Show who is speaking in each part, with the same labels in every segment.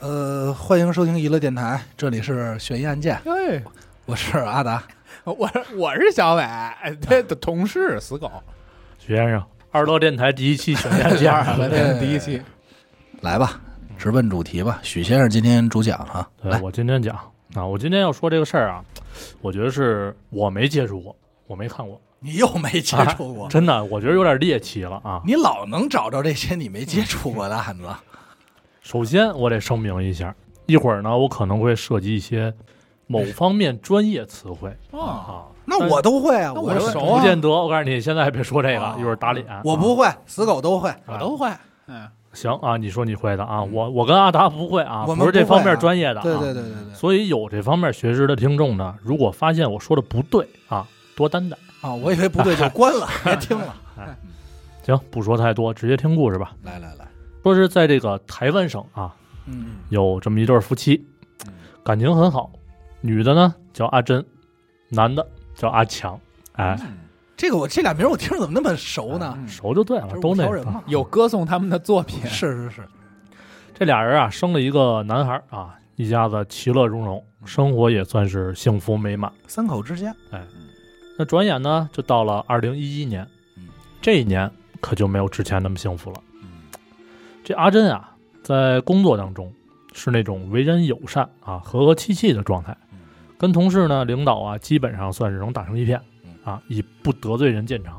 Speaker 1: 呃，欢迎收听娱乐电台，这里是悬疑案件，
Speaker 2: 对，
Speaker 1: 我是阿达。
Speaker 2: 我我是小伟， 这同事死狗，
Speaker 3: 许先生，二道电台第一期选家
Speaker 2: 第
Speaker 3: 家
Speaker 2: 二 和这第一期，
Speaker 1: 来吧，直奔主题吧。许先生今天主讲哈，
Speaker 3: 对，我今天讲啊，我今天要说这个事儿啊，我觉得是我没接触过，我没看过，
Speaker 1: 你又没接触过，
Speaker 3: 真的，我觉得有点猎奇了啊。
Speaker 1: 你老能找着这些你没接触过的 案子。
Speaker 3: 首先，我得声明一下，一会儿呢，我可能会涉及一些某方面专业词汇
Speaker 2: 哦，
Speaker 3: 啊，
Speaker 1: 那我都会啊，
Speaker 2: 那
Speaker 1: 我
Speaker 2: 我
Speaker 1: 是
Speaker 2: 熟
Speaker 3: 不
Speaker 2: 啊
Speaker 3: 见得。我告诉你，现在还别说这个
Speaker 1: 哦，
Speaker 3: 一会儿打脸。
Speaker 1: 我不会，死狗都会。
Speaker 3: 啊
Speaker 2: 我都会，嗯，
Speaker 3: 行啊，你说你会的啊，我我跟阿达不会啊，
Speaker 1: 嗯我们
Speaker 3: 不是这
Speaker 1: 不会
Speaker 3: 方面
Speaker 1: 啊
Speaker 3: 专业的，
Speaker 1: 对对。对对对。
Speaker 3: 所以有这方面学识的听众呢，如果发现我说的不对啊，多担待。
Speaker 1: 啊，我以为不对就关 了，别听了。
Speaker 3: 行，不说太多，直接听故事吧。
Speaker 1: 来来来，
Speaker 3: 说是在这个台湾省啊，
Speaker 1: 嗯，
Speaker 3: 有这么一对夫妻，感情很好。女的呢叫阿珍，男的叫阿强。哎，
Speaker 1: 这个我这俩名儿我听着怎么那么熟呢？
Speaker 2: 嗯
Speaker 3: 熟就对
Speaker 1: 这
Speaker 3: 了，
Speaker 1: 是
Speaker 3: 啊都
Speaker 1: 五
Speaker 3: 那
Speaker 1: 条人
Speaker 3: 个
Speaker 1: 嘛。
Speaker 2: 有歌颂他们的作品，
Speaker 1: 是 是是，
Speaker 3: 这俩人啊，生了一个男孩啊，一家子其乐融融，
Speaker 1: 嗯
Speaker 3: 生活也算是幸福美满。
Speaker 1: 三口之家。
Speaker 3: 那转眼呢，就到了二零一一年
Speaker 1: 嗯，
Speaker 3: 这一年可就没有之前那么幸福了。
Speaker 1: 嗯
Speaker 3: 这阿珍啊，在工作当中是那种为人友善啊、和和气气的状态，跟同事呢、领导啊，基本上算是能打成一片
Speaker 1: 嗯
Speaker 3: 啊，以不得罪人见长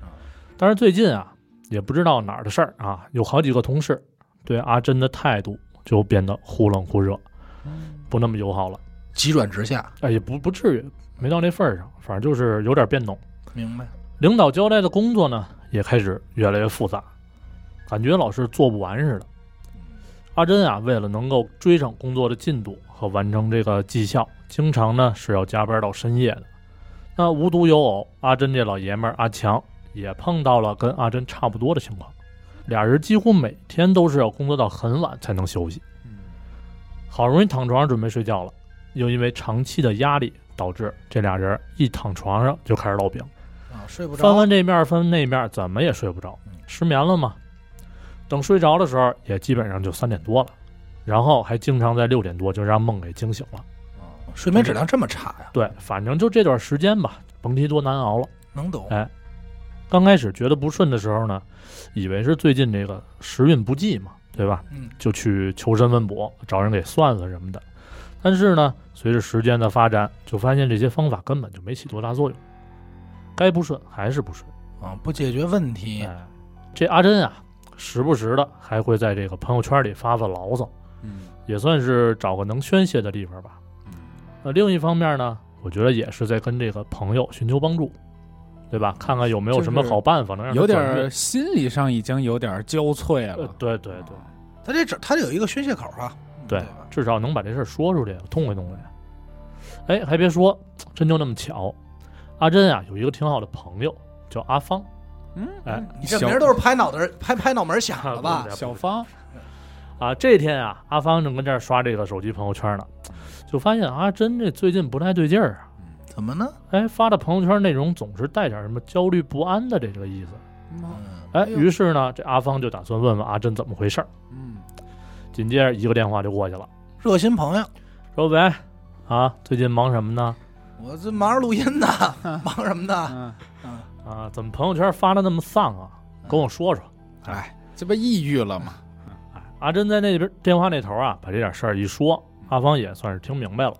Speaker 1: 啊。
Speaker 3: 但是最近啊，也不知道哪儿的事儿啊，有好几个同事对阿珍的态度就变得忽冷忽热，不那么友好了。
Speaker 1: 急转直下，
Speaker 3: 哎，也不不至于，没到那份儿上，反正就是有点变动。
Speaker 1: 明白？
Speaker 3: 领导交代的工作呢，也开始越来越复杂，感觉老是做不完似的。阿珍啊，为了能够追上工作的进度和完成这个绩效，经常呢是要加班到深夜的。那无独有偶，阿珍这老爷们儿阿强也碰到了跟阿珍差不多的情况，俩人几乎每天都是要工作到很晚才能休息。
Speaker 2: 嗯
Speaker 3: 好容易躺床上准备睡觉了，又因为长期的压力导致这俩人一躺床上就开始烙饼。
Speaker 1: 啊，睡不着。
Speaker 3: 翻翻这面儿，翻翻那面儿，怎么也睡不着
Speaker 1: 嗯，
Speaker 3: 失眠了嘛。等睡着的时候，也基本上就三点多了，然后还经常在六点多就让梦给惊醒了。
Speaker 1: 啊睡眠质量这么差呀、
Speaker 3: 对，反正就这段时间吧，甭提多难熬了。
Speaker 1: 能懂？
Speaker 3: 哎刚开始觉得不顺的时候呢，以为是最近这个时运不济嘛，对吧？
Speaker 1: 嗯，
Speaker 3: 就去求神问卜，找人给算算什么的。但是呢，随着时间的发展，就发现这些方法根本就没起多大作用，该不顺还是不顺。
Speaker 1: 啊，不解决问题，
Speaker 3: 哎，这阿珍啊，时不时的还会在这个朋友圈里发发牢骚，
Speaker 2: 嗯
Speaker 3: 也算是找个能宣泄的地方吧。那另一方面呢，我觉得也是在跟这个朋友寻求帮助，对吧？看看有没有什么
Speaker 2: 就是
Speaker 3: 好办法能让他
Speaker 2: 有点
Speaker 3: 转
Speaker 2: 儿
Speaker 3: 变
Speaker 2: 心理上已经有点儿交瘁
Speaker 3: 呃
Speaker 2: 了，，
Speaker 3: 对对对
Speaker 1: 他这这他这有一个宣泄口啊。
Speaker 3: 对
Speaker 1: 吧，
Speaker 3: 至少能把这事儿说出去，痛快痛快。哎，还别说，真就那么巧，阿珍啊有一个挺好的朋友叫阿芳，
Speaker 2: 嗯，
Speaker 3: 哎
Speaker 2: 嗯，
Speaker 1: 你这
Speaker 2: 小
Speaker 1: 名儿都是拍脑袋儿拍拍脑门儿想的吧？
Speaker 2: 小芳，
Speaker 3: 啊，这天啊，阿芳正跟这儿刷这个手机朋友圈呢，就发现阿珍这最近不太对劲儿啊。
Speaker 1: 怎么呢？
Speaker 3: 哎，发的朋友圈内容总是带点什么焦虑不安的这个意思。
Speaker 2: 嗯
Speaker 1: 嗯，
Speaker 3: 哎，
Speaker 2: 哎呦
Speaker 3: 于是呢，这阿芳就打算问问阿珍怎么回事儿。
Speaker 2: 嗯，
Speaker 3: 紧接着一个电话就过去了，
Speaker 1: 热心朋友，
Speaker 3: 说喂，啊，最近忙什么呢？
Speaker 1: 我这忙着录音呢，忙什么呢？
Speaker 2: 嗯
Speaker 3: 啊，怎么朋友圈发的那么丧啊？跟我说说。
Speaker 2: 哎，这不抑郁了吗？
Speaker 3: 哎，阿珍在那边电话那头啊，把这点事儿一说，阿芳也算是听明白了，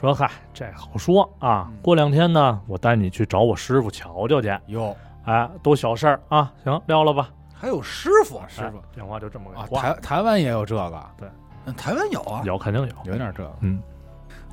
Speaker 3: 说嗨，这好说啊，
Speaker 2: 嗯
Speaker 3: 过两天呢，我带你去找我师傅瞧瞧去。
Speaker 2: 哟，
Speaker 3: 哎，都小事儿啊，行，撂了吧。
Speaker 1: 还有师傅，
Speaker 2: 师傅
Speaker 3: 哎电话就这么给
Speaker 2: 啊，
Speaker 3: 挂。
Speaker 2: 台台湾也有这个，
Speaker 1: 嗯台湾有啊，
Speaker 3: 有肯定有，
Speaker 2: 有点儿这个，
Speaker 3: 嗯，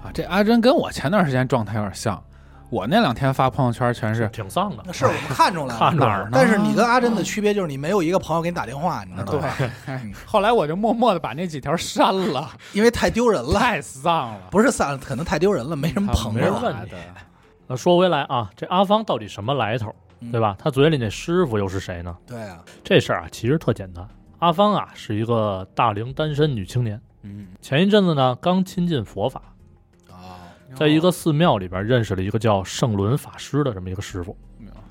Speaker 2: 啊，这阿珍跟我前段时间状态有点像，我那两天发朋友圈全是
Speaker 3: 挺丧的。哎
Speaker 1: 那是我们看出来
Speaker 3: 看
Speaker 1: 了。
Speaker 3: 着
Speaker 2: 哪儿呢？
Speaker 1: 但是你跟阿珍的区别就是你没有一个朋友给你打电话，你知道
Speaker 2: 对
Speaker 1: 吧？，
Speaker 2: 哎后来我就默默的把那几条删了，
Speaker 1: 因为太丢人了，
Speaker 2: 太啊丧了，
Speaker 1: 不是散，可能太丢人了，没什么朋
Speaker 3: 没人
Speaker 1: 友
Speaker 3: 问
Speaker 1: 了。
Speaker 2: 的，
Speaker 3: 那说回来啊，这阿芳到底什么来头，对吧？他嘴里那师傅又是谁呢？
Speaker 1: 对啊，
Speaker 3: 这事儿啊，其实特简单。阿芳啊，是一个大龄单身女青年，
Speaker 2: 嗯，
Speaker 3: 前一阵子呢，刚亲近佛法，
Speaker 1: 啊，
Speaker 3: 在一个寺庙里边认识了一个叫圣伦法师的这么一个师傅。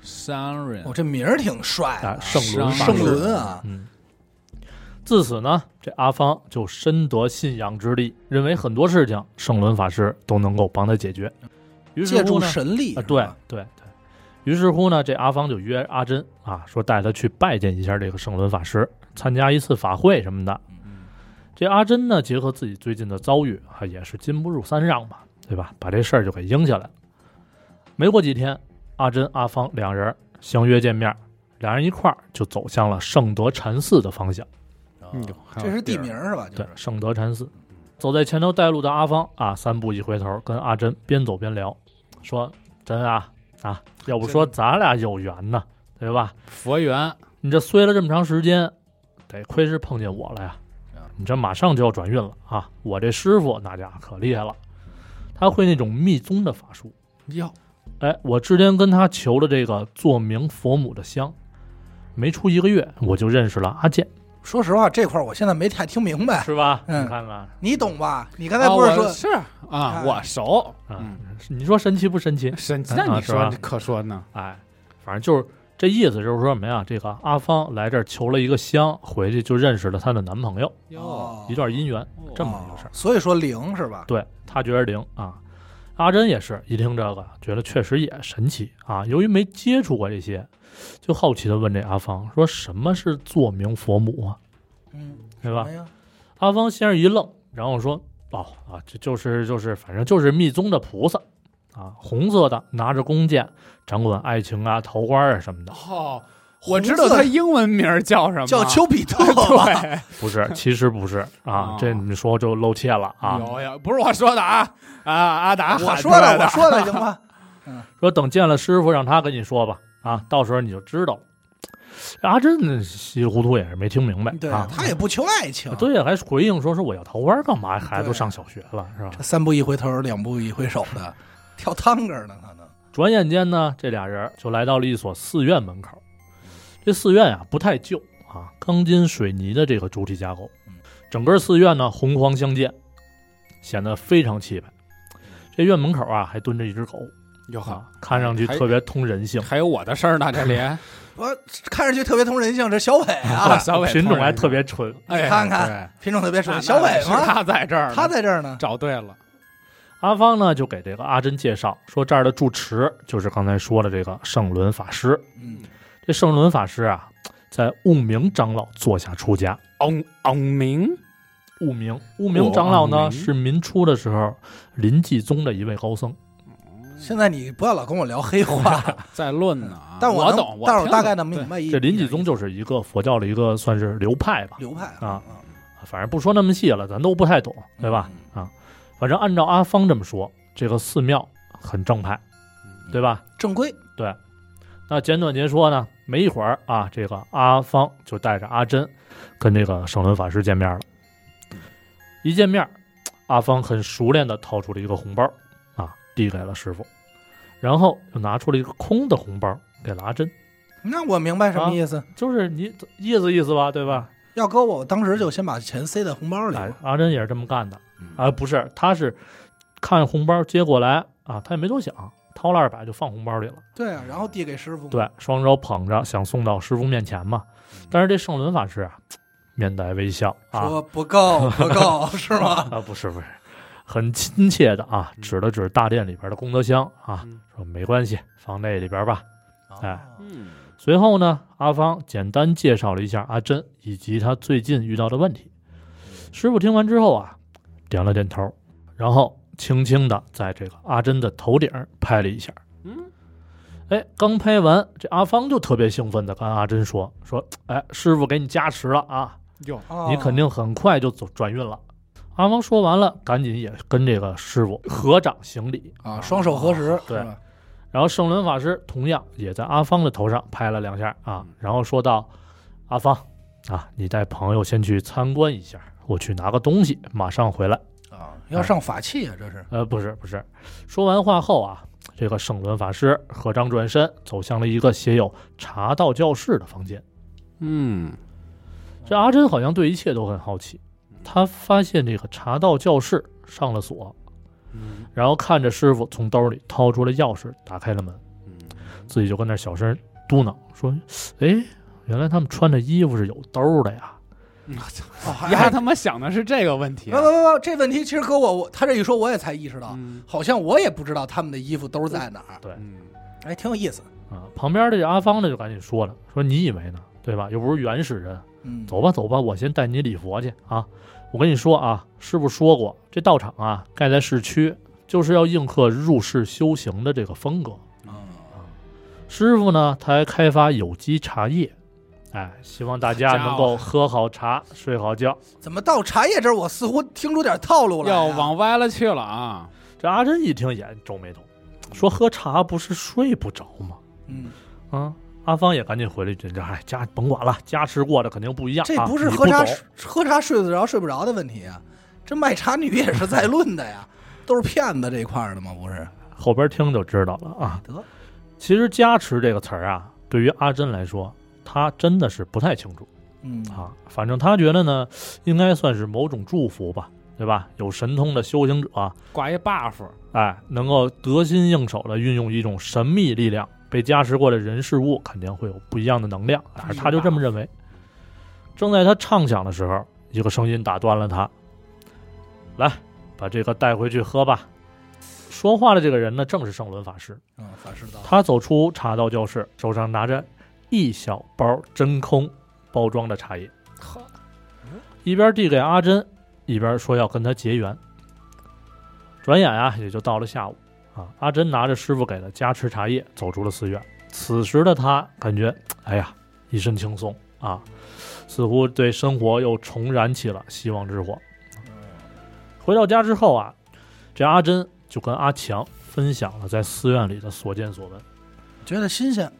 Speaker 2: 商人
Speaker 4: 哦
Speaker 1: 哦我，这名儿挺帅
Speaker 3: 啊，
Speaker 1: 的，
Speaker 3: 圣伦法
Speaker 2: 嗯是
Speaker 3: 师，
Speaker 1: 圣伦啊，
Speaker 3: 嗯，自此呢，这阿芳就深得信仰之力，认为很多事情圣伦法师都能够帮他解决。于是
Speaker 4: 借
Speaker 3: 乎
Speaker 4: 助
Speaker 3: 呢，
Speaker 4: 神力
Speaker 3: 啊，
Speaker 4: 是
Speaker 3: 对
Speaker 4: 吧
Speaker 3: 对对。于是乎呢，这阿芳就约阿珍啊，说带她去拜见一下这个圣伦法师，参加一次法会什么的。
Speaker 2: 嗯
Speaker 3: 这阿珍呢，结合自己最近的遭遇啊，也是禁不住三让嘛，对吧？把这事儿就给应下来了。没过几天，阿珍、阿芳两人相约见面，俩人一块儿就走向了圣德禅寺的方向。
Speaker 4: 啊
Speaker 2: 嗯，还有
Speaker 4: 这是
Speaker 2: 地
Speaker 4: 地
Speaker 2: 儿
Speaker 4: 名是吧？就
Speaker 3: 对
Speaker 4: 是，嗯
Speaker 3: 圣德禅寺。走在前头带路的阿芳啊，三步一回头，跟阿珍边走边聊，说：“真啊啊，要不说咱俩有缘呢，对吧？
Speaker 2: 佛缘，
Speaker 3: 你这衰了这么长时间，得亏是碰见我了呀
Speaker 4: 嗯。
Speaker 3: 你这马上就要转运了啊！我这师傅那家伙可厉害了，他会那种密宗的法术。
Speaker 2: 哟，
Speaker 3: 哎，我之前跟他求了这个做明佛母的香，没出一个月，我就认识了阿健，
Speaker 4: 说实话，这块儿我现在没太听明白，
Speaker 3: 是吧？
Speaker 4: 嗯
Speaker 3: 你看啊看，
Speaker 4: 你懂吧？你刚才不是
Speaker 2: 啊我
Speaker 4: 说
Speaker 2: 是啊，
Speaker 4: 哎
Speaker 2: 我熟，
Speaker 3: 啊
Speaker 2: 嗯，
Speaker 3: 你说神奇不神奇？
Speaker 2: 神奇，
Speaker 3: 啊
Speaker 2: 那你
Speaker 3: 是
Speaker 2: 说
Speaker 3: 吧
Speaker 2: 你可说呢？
Speaker 3: 哎，反正就是这意思，就是说什么呀？这个阿芳来这儿求了一个香，回去就认识了她的男朋友，
Speaker 2: 哦，
Speaker 3: 一段姻缘，这么一个事
Speaker 4: 哦
Speaker 3: 儿。
Speaker 4: 所以说灵是吧？
Speaker 3: 对她觉得灵啊，阿珍也是一听这个，觉得确实也神奇啊。由于没接触过这些，就好奇的问这阿芳说：“什么是坐明佛母啊？
Speaker 4: 嗯，
Speaker 3: 对吧
Speaker 4: 哎呀，？”
Speaker 3: 阿芳先是一愣，然后说：“哦啊，这就是就是，反正就是密宗的菩萨。”啊，红色的，拿着弓箭，掌管爱情啊、桃花啊什么的。
Speaker 2: 哦，我
Speaker 4: 红
Speaker 2: 知道
Speaker 4: 色
Speaker 2: 他英文名儿叫什么，啊
Speaker 4: 叫 丘比特吧？
Speaker 2: 对，
Speaker 3: 不是， 其实不是啊
Speaker 2: 哦，
Speaker 3: 这你说就露怯了啊。
Speaker 2: 有呀，不是我说的啊啊，阿达
Speaker 4: 我
Speaker 2: 喊
Speaker 4: 说
Speaker 2: 出来
Speaker 4: 的，
Speaker 2: 的
Speaker 4: 我说的行 吗？
Speaker 3: 说等见了师傅，让他跟你说吧啊，到时候你就知道了。阿珍呢稀里糊涂也是没听明白，
Speaker 4: 对
Speaker 3: 啊，
Speaker 4: 他也不求爱情。
Speaker 3: 对啊呀，还回应说是我要桃花干嘛？孩子都
Speaker 4: 对
Speaker 3: 上小学了是吧？
Speaker 4: 三步一回头，两步一回手的，跳探戈呢，可能。
Speaker 3: 转眼间呢，这俩人就来到了一所寺院门口。这寺院啊不太旧啊，钢筋水泥的这个主体架构
Speaker 4: 嗯，
Speaker 3: 整个寺院呢红黄相间，显得非常气派。这院门口啊还蹲着一只狗
Speaker 2: 哟呵，
Speaker 3: 啊，看上去
Speaker 2: 还
Speaker 3: 特别通人性。
Speaker 2: 还有我的事儿呢，这里
Speaker 4: 我看上去特别通人性，这小伟
Speaker 2: 啊
Speaker 4: 啊，
Speaker 2: 小伟
Speaker 3: 品种
Speaker 2: 突然
Speaker 3: 还特别纯。
Speaker 2: 哎，
Speaker 4: 看看
Speaker 2: 对
Speaker 4: 品种特别顺
Speaker 2: 那。
Speaker 4: 小伟
Speaker 2: 是
Speaker 4: 吗？
Speaker 2: 他在这儿呢，
Speaker 4: 他在这儿呢。
Speaker 2: 找对了，
Speaker 3: 阿芳呢就给这个阿珍介绍说，这儿的住持就是刚才说的这个圣伦法师。
Speaker 4: 嗯，
Speaker 3: 这圣伦法师啊，在悟明长老座下出家。
Speaker 2: 昂昂明
Speaker 3: 悟明，悟明长老
Speaker 2: 哦
Speaker 3: 呢
Speaker 2: 悟明
Speaker 3: 是民初的时候临济宗的一位高僧。
Speaker 4: 现在你不要老跟我聊黑话，
Speaker 2: 在论呢 啊，
Speaker 4: 但
Speaker 2: 我
Speaker 4: 能
Speaker 2: 懂，
Speaker 4: 但是
Speaker 2: 听
Speaker 4: 我大
Speaker 2: 懂
Speaker 4: 概能
Speaker 2: 对
Speaker 4: 明白一
Speaker 3: 这临济宗就是一个佛教的一个算是流派吧，
Speaker 4: 流派
Speaker 3: 啊，反正不说那么细了，咱都不太懂，对吧？？
Speaker 4: 嗯
Speaker 3: 反正按照阿芳这么说，这个寺庙很正派，对吧？
Speaker 4: 正规
Speaker 3: 那简短截说呢，没一会儿啊，这个阿芳就带着阿珍跟这个圣伦法师见面了。一见面，阿芳很熟练地掏出了一个红包，啊，递给了师傅，然后又拿出了一个空的红包给了阿珍，
Speaker 4: 那我明白什
Speaker 3: 啊
Speaker 4: 么意思。
Speaker 3: 就是你意思意思吧，对吧？
Speaker 4: 要搁我，我当时就先把钱塞在红包里
Speaker 3: 哎
Speaker 4: 了。，
Speaker 3: 阿珍也是这么干的
Speaker 4: 嗯
Speaker 3: 啊，不是，她是看红包接过来啊，她也没多想，掏了二百就放红包里了。
Speaker 4: 对啊，然后递给师傅。，
Speaker 3: 对，双手捧着想送到师傅面前嘛。
Speaker 2: 嗯
Speaker 3: 但是这圣伦法师啊，面带微笑啊
Speaker 4: 说不够，不 够是吗？
Speaker 3: 啊，不是不是，很亲切的啊，
Speaker 2: 嗯
Speaker 3: 指了指大殿里边的功德箱啊
Speaker 2: 嗯，
Speaker 3: 说没关系，放那里边吧。哎
Speaker 4: 哦
Speaker 2: 嗯，
Speaker 3: 随后呢，阿芳简单介绍了一下阿珍以及她最近遇到的问题。师傅听完之后啊，点了点头，然后轻轻的在这个阿珍的头顶拍了一下。
Speaker 2: 嗯，
Speaker 3: 哎，刚拍完，这阿芳就特别兴奋的跟阿珍说：“说，哎，师傅给你加持了啊，
Speaker 2: 哟，
Speaker 4: 哦
Speaker 3: 你肯定很快就走转运了。”阿芳说完了，赶紧也跟这个师傅合掌行礼。
Speaker 4: 啊，双手合十，
Speaker 3: 对
Speaker 4: 是吧
Speaker 3: 然后圣伦法师同样也在阿芳的头上拍了两下啊，然后说道：“阿芳啊，你带朋友先去参观一下，我去拿个东西，马上回来。
Speaker 4: 啊，要上法器啊，这是”
Speaker 3: 呃，不是不是，说完话后啊，这个圣伦法师合掌转身走向了一个写有“茶道教室”的房间。
Speaker 2: 嗯，
Speaker 3: 这阿珍好像对一切都很好奇，她发现这个茶道教室上了锁，
Speaker 2: 嗯
Speaker 3: 然后看着师傅从兜里掏出了钥匙，打开了门。
Speaker 2: 嗯
Speaker 3: 自己就跟那小声嘟囔说：“哎，原来他们穿的衣服是有兜儿的呀，哎
Speaker 2: 丫他妈想的是这个问题
Speaker 1: 不不
Speaker 2: 啊。
Speaker 1: 不不，这问题其实搁我我他这一说，我也才意识到，
Speaker 2: 嗯
Speaker 1: 好像我也不知道他们的衣服都是在哪儿，
Speaker 3: 对
Speaker 2: 嗯
Speaker 1: 哎，挺有意思。
Speaker 3: 啊，旁边这阿芳呢就赶紧说了，说你以为呢，对吧？又不是原始人，
Speaker 1: 嗯，
Speaker 3: 走吧走吧，我先带你礼佛去啊！我跟你说啊，师傅说过，这道场啊盖在市区，就是要映客入世修行的这个风格。
Speaker 4: 嗯
Speaker 3: 师傅呢，他还开发有机茶叶，哎，希望大家能够喝好茶、睡好觉。
Speaker 1: 怎么到茶叶这儿，我似乎听出点套路来、啊。
Speaker 2: 要往歪了去了啊！
Speaker 3: 这阿珍一听也皱眉头，说喝茶不是睡不着吗？
Speaker 1: 嗯，
Speaker 3: 啊，阿芳也赶紧回了一句：“这哎，家甭管了，家吃过的肯定不一样、啊。
Speaker 1: 这
Speaker 3: 不
Speaker 1: 不是喝茶、
Speaker 3: 懂
Speaker 1: 喝茶睡得着睡不着的问题啊，这卖茶女也是在论的呀，都是骗子这一块儿的吗？不是，
Speaker 3: 后边听就知道了啊。
Speaker 1: 得，
Speaker 3: 其实“加持”这个词儿啊，对于阿珍来说，她真的是不太清楚
Speaker 1: 嗯，
Speaker 3: 啊。反正她觉得呢，应该算是某种祝福吧，对吧？有神通的修行者、啊
Speaker 2: 挂一 buff，
Speaker 3: 哎，能够得心应手的运用一种神秘力量，被加持过的人事物肯定会有不一样的能量。反正他就这么认为。正在他畅想的时候，一个声音打断了他：“来，把这个带回去喝吧。”说话的这个人呢，正是圣伦法师。
Speaker 1: 嗯，法师道，
Speaker 3: 他走出茶道教室，手上拿着一小包真空包装的茶叶，一边递给阿珍，一边说要跟他结缘。转眼啊，也就到了下午啊，阿珍拿着师傅给的加持茶叶走出了寺院。此时的他感觉，哎呀，一身轻松啊，似乎对生活又重燃起了希望之火。回到家之后啊，这阿珍就跟阿强分享了在寺院里的所见所闻，
Speaker 4: 觉得新鲜，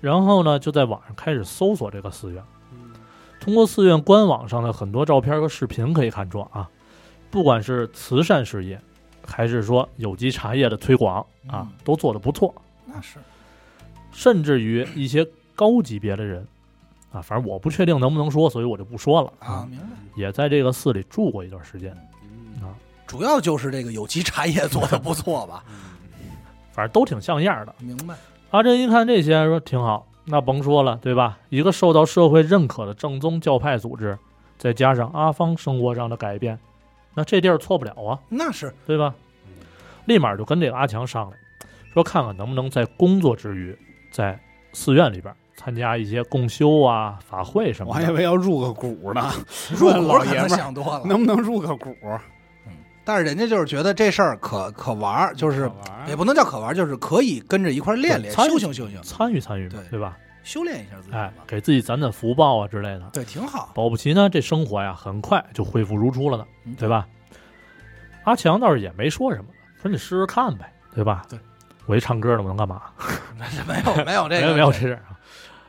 Speaker 3: 然后呢，就在网上开始搜索这个寺院。
Speaker 1: 嗯
Speaker 3: 通过寺院官网上的很多照片和视频可以看出啊，不管是慈善事业，还是说有机茶叶的推广啊
Speaker 1: 嗯，
Speaker 3: 都做得不错。
Speaker 1: 那是，
Speaker 3: 甚至于一些高级别的人啊，反正我不确定能不能说，所以我就不说了
Speaker 1: 啊，。嗯明白。
Speaker 3: 也在这个寺里住过一段时间，嗯
Speaker 1: 主要就是这个有机茶叶做的不错吧？
Speaker 3: 反正都挺像样的。
Speaker 1: 明白，
Speaker 3: 阿珍一看这些，说挺好，那甭说了，对吧？一个受到社会认可的正宗教派组织，再加上阿芳生活上的改变，那这地儿错不了啊，
Speaker 1: 那 是，
Speaker 3: 对吧？
Speaker 2: 嗯
Speaker 3: 立马就跟这个阿强商量，说看看能不能在工作之余，在寺院里边参加一些共修啊、法会什么
Speaker 2: 我
Speaker 3: 的。
Speaker 2: 还以为要入个股呢，
Speaker 1: 入
Speaker 2: 问
Speaker 1: 股
Speaker 2: 老
Speaker 1: 可能
Speaker 2: 爷们儿
Speaker 1: 想多了，
Speaker 2: 能不能入个股？
Speaker 1: 但是人家就是觉得这事儿可可玩儿，就是
Speaker 2: 好玩儿
Speaker 1: 也不能叫可玩儿，就是可以跟着一块儿练练，
Speaker 3: 对参与
Speaker 1: 修行修行，
Speaker 3: 参与参与嘛，
Speaker 1: 对
Speaker 3: 对吧？
Speaker 1: 修炼一下自己
Speaker 3: 哎
Speaker 1: 嘛，，
Speaker 3: 给自己攒攒福报啊之类的。
Speaker 1: 对，挺好。
Speaker 3: 保不齐呢，这生活呀，很快就恢复如初了呢
Speaker 1: 嗯，
Speaker 3: 对吧？阿强倒是也没说什么，说你试试看呗，对吧？
Speaker 1: 对，
Speaker 3: 我一唱歌的，我能干嘛？
Speaker 1: 没有没有这
Speaker 3: 没有
Speaker 1: 个
Speaker 3: 没有这事儿啊。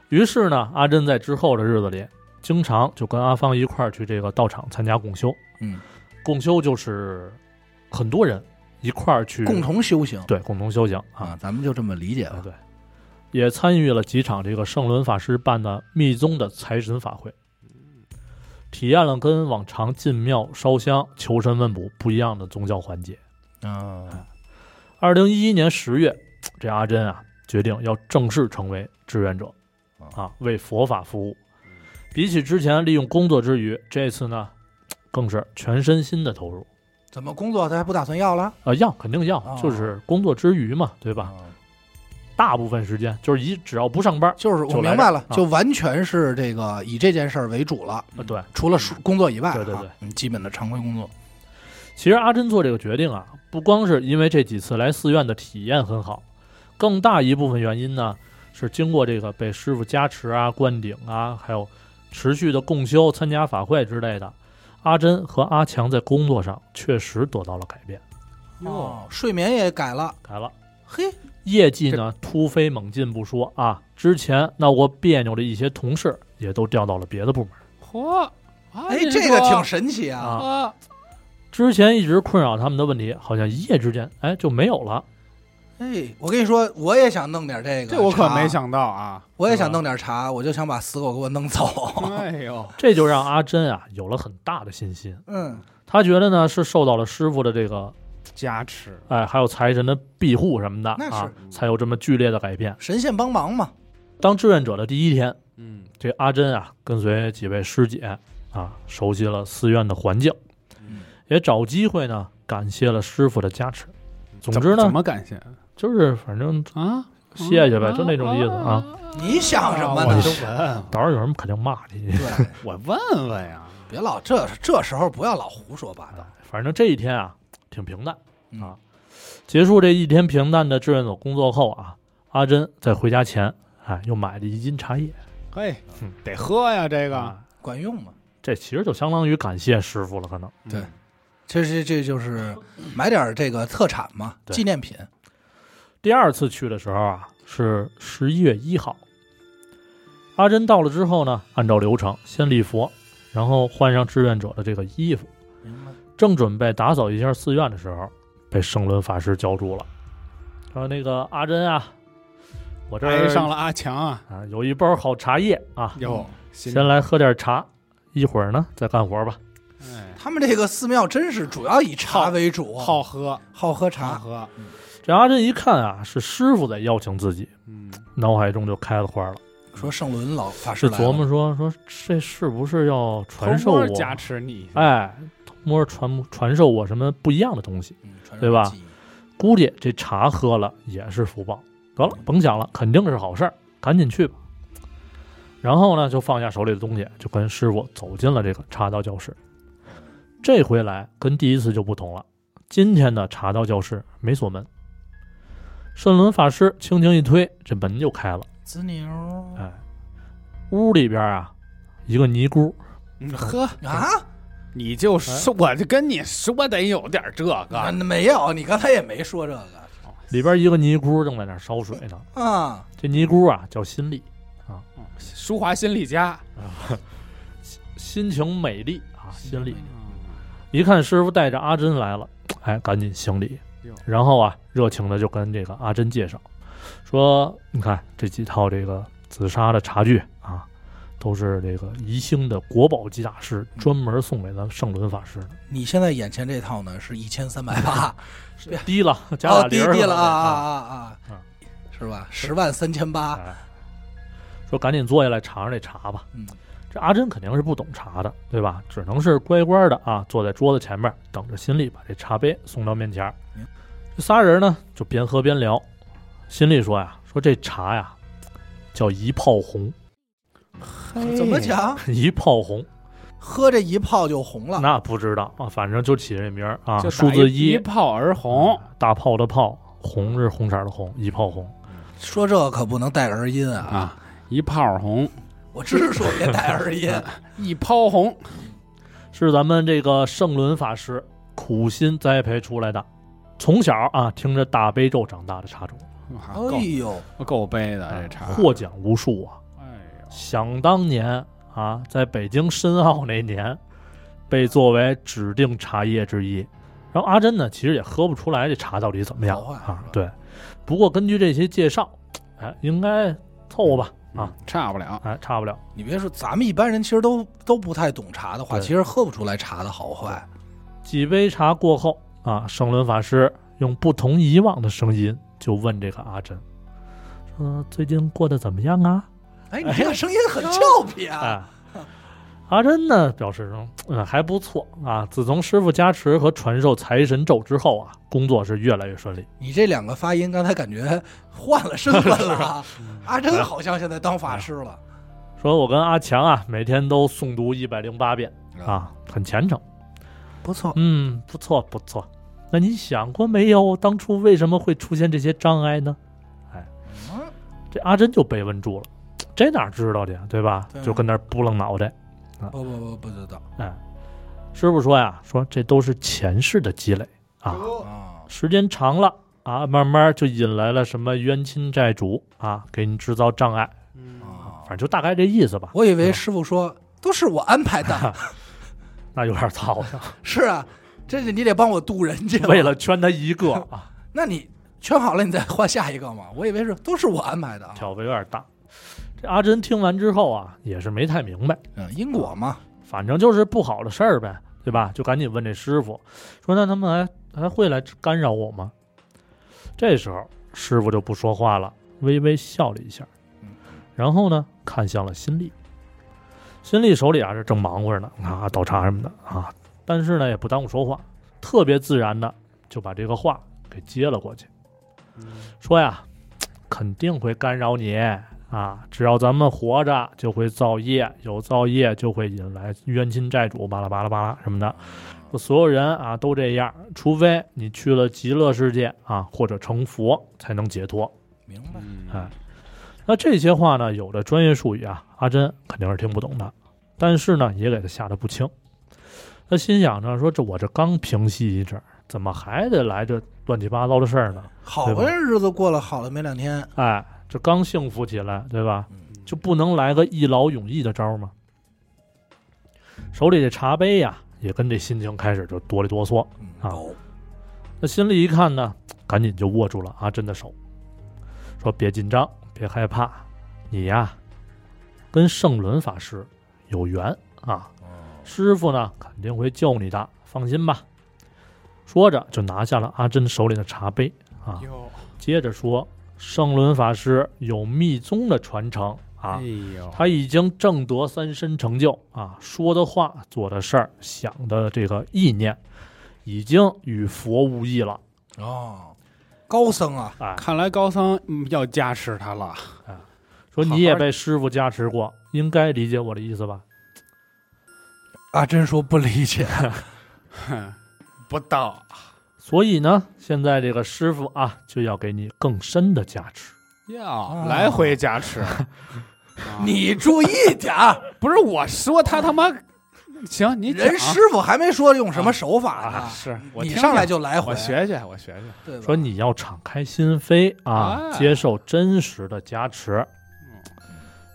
Speaker 3: 于是呢，阿珍在之后的日子里，经常就跟阿芳一块儿去这个道场参加共修。
Speaker 1: 嗯，
Speaker 3: 共修就是很多人一块儿去
Speaker 1: 共同修行
Speaker 3: 对共同修行啊，
Speaker 4: 啊，咱们就这么理解
Speaker 3: 哎
Speaker 4: 吧。
Speaker 3: 对，也参与了几场这个圣伦法师办的密宗的财神法会，体验了跟往常进庙烧香求神问卜不一样的宗教环节。
Speaker 4: 啊，
Speaker 3: 二零一一年十月，这阿珍啊决定要正式成为志愿者，啊，为佛法服务。比起之前利用工作之余，这次呢，更是全身心的投入。
Speaker 1: 怎么工作他还不打算要了？
Speaker 3: 啊，要肯定要
Speaker 1: 哦，
Speaker 3: 就是工作之余嘛，对吧？大部分时间就是一只要不上班，
Speaker 1: 就是我
Speaker 3: 就来
Speaker 1: 明白了
Speaker 3: 这，儿啊
Speaker 1: 就完全是这个以这件事儿为主了，
Speaker 3: 啊，对，
Speaker 1: 除了书工作以外啊，
Speaker 3: 对对对
Speaker 1: 嗯，基本的常规工作。
Speaker 3: 其实阿珍做这个决定啊，不光是因为这几次来寺院的体验很好，更大一部分原因呢是经过这个被师傅加持啊、灌顶啊，还有持续的共修、参加法会之类的，阿珍和阿强在工作上确实得到了改变，
Speaker 1: 哦，睡眠也改了，
Speaker 3: 改了。
Speaker 1: 嘿，
Speaker 3: 业绩呢突飞猛进不说啊，之前闹过别扭的一些同事也都调到了别的部门。
Speaker 2: 嚯！啊
Speaker 1: 哎，这个挺
Speaker 2: 神
Speaker 1: 神奇啊！
Speaker 3: 啊
Speaker 2: 啊，
Speaker 3: 之前一直困扰他们的问题，好像一夜之间哎就没有了。
Speaker 1: 哎，我跟你说，我也想弄点这个，
Speaker 2: 这我可没，想到 啊！
Speaker 1: 我也想弄点茶，我就想把死狗给我弄 走。
Speaker 2: 哎呦，
Speaker 3: 这就让阿珍啊有了很大的信心。
Speaker 1: 嗯，
Speaker 3: 他觉得呢是受到了师傅的这个
Speaker 2: 加持，
Speaker 3: 哎，还有财神的庇护什么的
Speaker 1: 那是
Speaker 3: 啊，才有这么剧烈的改变。
Speaker 1: 神仙帮忙嘛，
Speaker 3: 当志愿者的第一天，
Speaker 2: 嗯
Speaker 3: 这阿珍啊跟随几位师姐啊，熟悉了寺院的环境，
Speaker 1: 嗯
Speaker 3: 也找机会呢感谢了师傅的加持。总之
Speaker 2: 怎么
Speaker 3: 呢
Speaker 2: 怎，么感谢
Speaker 3: 就是反正
Speaker 2: 啊？
Speaker 3: 谢谢呗，就那种意思
Speaker 2: 嗯
Speaker 3: 啊。
Speaker 1: 你想什么呢
Speaker 2: 我？就问，
Speaker 3: 到时候有人肯定骂你。
Speaker 1: 对，
Speaker 2: 我 问问呀。
Speaker 1: 别老这这时候不要老胡说八道。
Speaker 3: 反正这一天啊，挺平淡
Speaker 1: 哎嗯
Speaker 3: 啊。结束这一天平淡的志愿所工作后啊，阿珍在回家前，哎，又买了一斤茶叶。
Speaker 2: 嘿
Speaker 3: 嗯，
Speaker 2: 得喝呀，这个。
Speaker 3: 啊，
Speaker 1: 管用吗？
Speaker 3: 这其实就相当于感谢师傅了，可能。
Speaker 1: 对这是这就是买点这个特产嘛，
Speaker 3: 对
Speaker 1: 纪念品。
Speaker 3: 第二次去的时候啊，是十一月一号。阿珍到了之后呢，按照流程先礼佛，然后换上志愿者的这个衣服，
Speaker 1: 明白。
Speaker 3: 正准备打扫一下寺院的时候，被圣伦法师叫住了，说：“那个阿珍啊，我这
Speaker 2: 爱
Speaker 3: 儿
Speaker 2: 哎上了阿强啊！
Speaker 3: 啊，有一包好茶叶啊，
Speaker 2: 哟，
Speaker 1: 嗯
Speaker 2: 先
Speaker 3: 先来喝点茶，一会儿呢再干活吧。
Speaker 2: 哎，
Speaker 1: 他们这个寺庙真是主要以茶为主，啊
Speaker 2: 好喝，
Speaker 1: 好喝
Speaker 2: 好
Speaker 1: 茶。
Speaker 2: 喝，
Speaker 3: 这阿珍一看啊，是师傅在邀请自己，
Speaker 2: 嗯，
Speaker 3: 脑海中就开了花了，
Speaker 1: 说圣伦老法师
Speaker 3: 就
Speaker 1: 来
Speaker 3: 琢
Speaker 1: 了，
Speaker 3: 磨说说这是不是要传授
Speaker 2: 偷摸
Speaker 3: 我？
Speaker 2: 加持你，
Speaker 3: 哎，偷摸传传授我什么不一样的东西？
Speaker 1: 嗯传授
Speaker 3: 对吧
Speaker 1: 技艺
Speaker 3: 估计这茶喝了也是福报。得了，甭想了，肯定是好事儿，赶紧去吧。然后呢，就放下手里的东西，就跟师傅走进了这个茶道教室。这回来跟第一次就不同了，今天的茶道教室没锁门。圣伦法师轻轻一推，这门就开了。
Speaker 1: 滋牛
Speaker 3: 哎，屋里边啊，一个尼姑，
Speaker 2: 嗯喝，
Speaker 1: 啊？
Speaker 2: 你就是
Speaker 3: 哎
Speaker 2: 我就跟你说得有点这
Speaker 1: 啊
Speaker 2: 个，
Speaker 1: 没有，你刚才也没说这个
Speaker 3: 里边一个尼姑正在那儿烧水呢。
Speaker 1: 啊。
Speaker 3: 这尼姑啊叫新丽，
Speaker 2: 舒华心理家，
Speaker 3: 心情美丽啊，心丽。一看师傅带着阿珍来了，哎，赶紧行礼
Speaker 2: 哟，
Speaker 3: 然后啊，热情的就跟这个阿珍介绍，说你看这几套这个紫砂的茶具啊，都是这个宜兴的国宝级大师
Speaker 1: 嗯
Speaker 3: 专门送给咱们圣伦法师的，
Speaker 1: 你现在眼前这套呢是一千三百八，对
Speaker 3: 低了 加
Speaker 1: 哦
Speaker 3: 俩
Speaker 1: 低
Speaker 3: 零儿
Speaker 1: 低了啊啊
Speaker 3: 啊
Speaker 1: 啊啊
Speaker 3: 啊，
Speaker 1: 是吧？十万三千
Speaker 2: 啊
Speaker 1: 八，
Speaker 3: 哎说赶紧坐下来尝尝这茶吧。
Speaker 1: 嗯，
Speaker 3: 这阿珍肯定是不懂茶的，对吧？只能是乖乖的啊，坐在桌子前面，等着新力把这茶杯送到面前儿
Speaker 1: 嗯。
Speaker 3: 这仨人呢，就边喝边聊。新力说呀：“说这茶呀，叫一泡红，
Speaker 1: 怎么？讲？
Speaker 3: 一泡红，
Speaker 1: 喝这一泡就红了，
Speaker 3: 嗯那不知道啊，反正就起这名儿啊，
Speaker 2: 就
Speaker 3: 数字一
Speaker 2: 一，炮而红，
Speaker 3: 大炮的炮，红是红色儿的红，一泡红。
Speaker 1: 说这可不能带儿音啊！
Speaker 2: 啊，一炮红，
Speaker 1: 我只是说别带儿 音，
Speaker 3: 啊
Speaker 2: 一抛红，
Speaker 3: 是咱们这个圣伦法师苦心栽培出来的，从小啊听着大悲咒长大的茶种，
Speaker 2: 哇
Speaker 1: 哎呦，
Speaker 2: 够够杯的
Speaker 3: 啊
Speaker 1: 哎
Speaker 2: 这茶，
Speaker 3: 获奖无数啊！
Speaker 2: 哎
Speaker 3: 想当年啊，在北京申奥那年，被作为指定茶叶之一。然后阿珍呢，其实也喝不出来这茶到底怎么样
Speaker 1: 好坏是吧
Speaker 3: 啊。对，不过根据这些介绍，哎，应该凑合吧。
Speaker 2: 呦
Speaker 3: 啊，
Speaker 2: 差不了，
Speaker 3: 哎，差不了。
Speaker 1: 你别说，咱们一般人其实都都不太懂茶的话，
Speaker 3: 对
Speaker 1: 其实喝不出来茶的好坏。
Speaker 3: 几杯茶过后啊，圣伦法师用不同以往的声音就问这个阿珍，说：“最近过得怎么样啊
Speaker 1: 哎，你这个声音很俏皮？”啊！
Speaker 3: 哎，阿珍呢表示说：“嗯，还不错啊。自从师傅加持和传授财神咒之后啊，工作是越来越顺利。
Speaker 1: 你这两个发音，刚才感觉换了身份了 啊！阿
Speaker 3: 哎
Speaker 1: 珍好像现在当法师了，
Speaker 3: 说我跟阿强啊，每天都诵读一百零八遍啊，很虔诚。
Speaker 1: 不错。
Speaker 3: 嗯，不错不错。那你想过没有，当初为什么会出现这些障碍呢？”
Speaker 1: 嗯，
Speaker 3: 这阿珍就被问住了，这哪知道的呀，对吧？
Speaker 1: 对啊
Speaker 3: 就跟那儿扑棱脑袋。
Speaker 1: 不不不，不知道
Speaker 3: 哎，师傅说呀，说这都是前世的积累啊，
Speaker 1: 啊。
Speaker 3: 时间长了啊，慢慢就引来了什么冤亲债主啊，给你制造障碍，
Speaker 2: 嗯
Speaker 1: 啊
Speaker 3: 反正就嗯大概这意思吧。
Speaker 1: 我以为师傅说都是我安排 的，
Speaker 3: 那有点操 心，
Speaker 1: 是啊，这是你得帮我渡人去。
Speaker 3: 为，了圈他一个啊，
Speaker 1: 那你圈好了，你再换下一个嘛。我以为是都是我安排的啊，
Speaker 3: 挑的有点大。这阿珍听完之后啊，也是没太明白，
Speaker 1: 嗯，因果嘛，
Speaker 3: 反正就是不好的事儿呗，对吧？就赶紧问这师傅，说那他们还还会来干扰我吗？这时候师傅就不说话了，微微笑了一下
Speaker 1: 嗯，
Speaker 3: 然后呢看向了新力。新力手里啊是正忙活着呢，啊倒茶什么的啊，但是呢也不耽误说话，特别自然的就把这个话给接了过去，
Speaker 2: 嗯
Speaker 3: 说呀，肯定会干扰你啊，只要咱们活着就会造业，有造业就会引来冤亲债主，巴拉巴拉巴拉什么的。说所有人啊都这样，除非你去了极乐世界啊，或者成佛才能解脱。
Speaker 1: 明白？
Speaker 2: 啊
Speaker 3: 哎，那这些话呢，有的专业术语啊，阿珍肯定是听不懂的，但是呢，也给他吓得不轻。他心想着说：“这我这刚平息一阵儿，怎么还得来这乱七八糟的事儿呢？
Speaker 1: 好
Speaker 3: 对
Speaker 1: 不
Speaker 3: 吧
Speaker 1: 容易日子过了好了没两天，
Speaker 3: 哎，这刚幸福起来，对吧
Speaker 1: 嗯？
Speaker 3: 就不能来个一劳永逸的招儿吗？”手里这茶杯呀、也跟这心情开始就哆里哆嗦。
Speaker 1: 嗯
Speaker 3: 啊
Speaker 1: 有
Speaker 3: 那心里一看呢，赶紧就握住了阿珍的手，说：“别紧张，别害怕，你呀，跟圣伦法师有缘啊，师傅呢肯定会救你的，放心吧。”说着就拿下了阿珍手里的茶杯啊，
Speaker 2: 哟，
Speaker 3: 接着说：“圣伦法师有密宗的传承啊，
Speaker 2: 呦
Speaker 3: 他已经正得三身成就啊，说的话、做的事儿、想的这个意念，已经与佛无异了。
Speaker 1: 哦，高僧啊，
Speaker 3: 哎，
Speaker 2: 看来高僧嗯要加持他了。好
Speaker 3: 说你
Speaker 2: 好
Speaker 3: 也
Speaker 2: 的
Speaker 3: 被师傅加持过，应该理解我的意思吧？
Speaker 1: 阿珍啊说不理解，
Speaker 2: 哼，不到
Speaker 3: 所以呢，现在这个师傅啊，就要给你更深的加持。
Speaker 2: 要来回加 持。
Speaker 1: 啊
Speaker 2: 你
Speaker 1: 你注意点儿，
Speaker 2: 不是我说他他妈行，你讲
Speaker 1: 人师傅还没说用什么手法
Speaker 2: 啊
Speaker 1: 呢，
Speaker 2: 是我
Speaker 1: 啊你
Speaker 2: 听
Speaker 1: 上来
Speaker 2: 听
Speaker 1: 就来回
Speaker 2: 我，学学我学学。
Speaker 1: 对吧
Speaker 3: 说你要敞开心扉啊，
Speaker 2: 啊
Speaker 3: 接受真实的加持。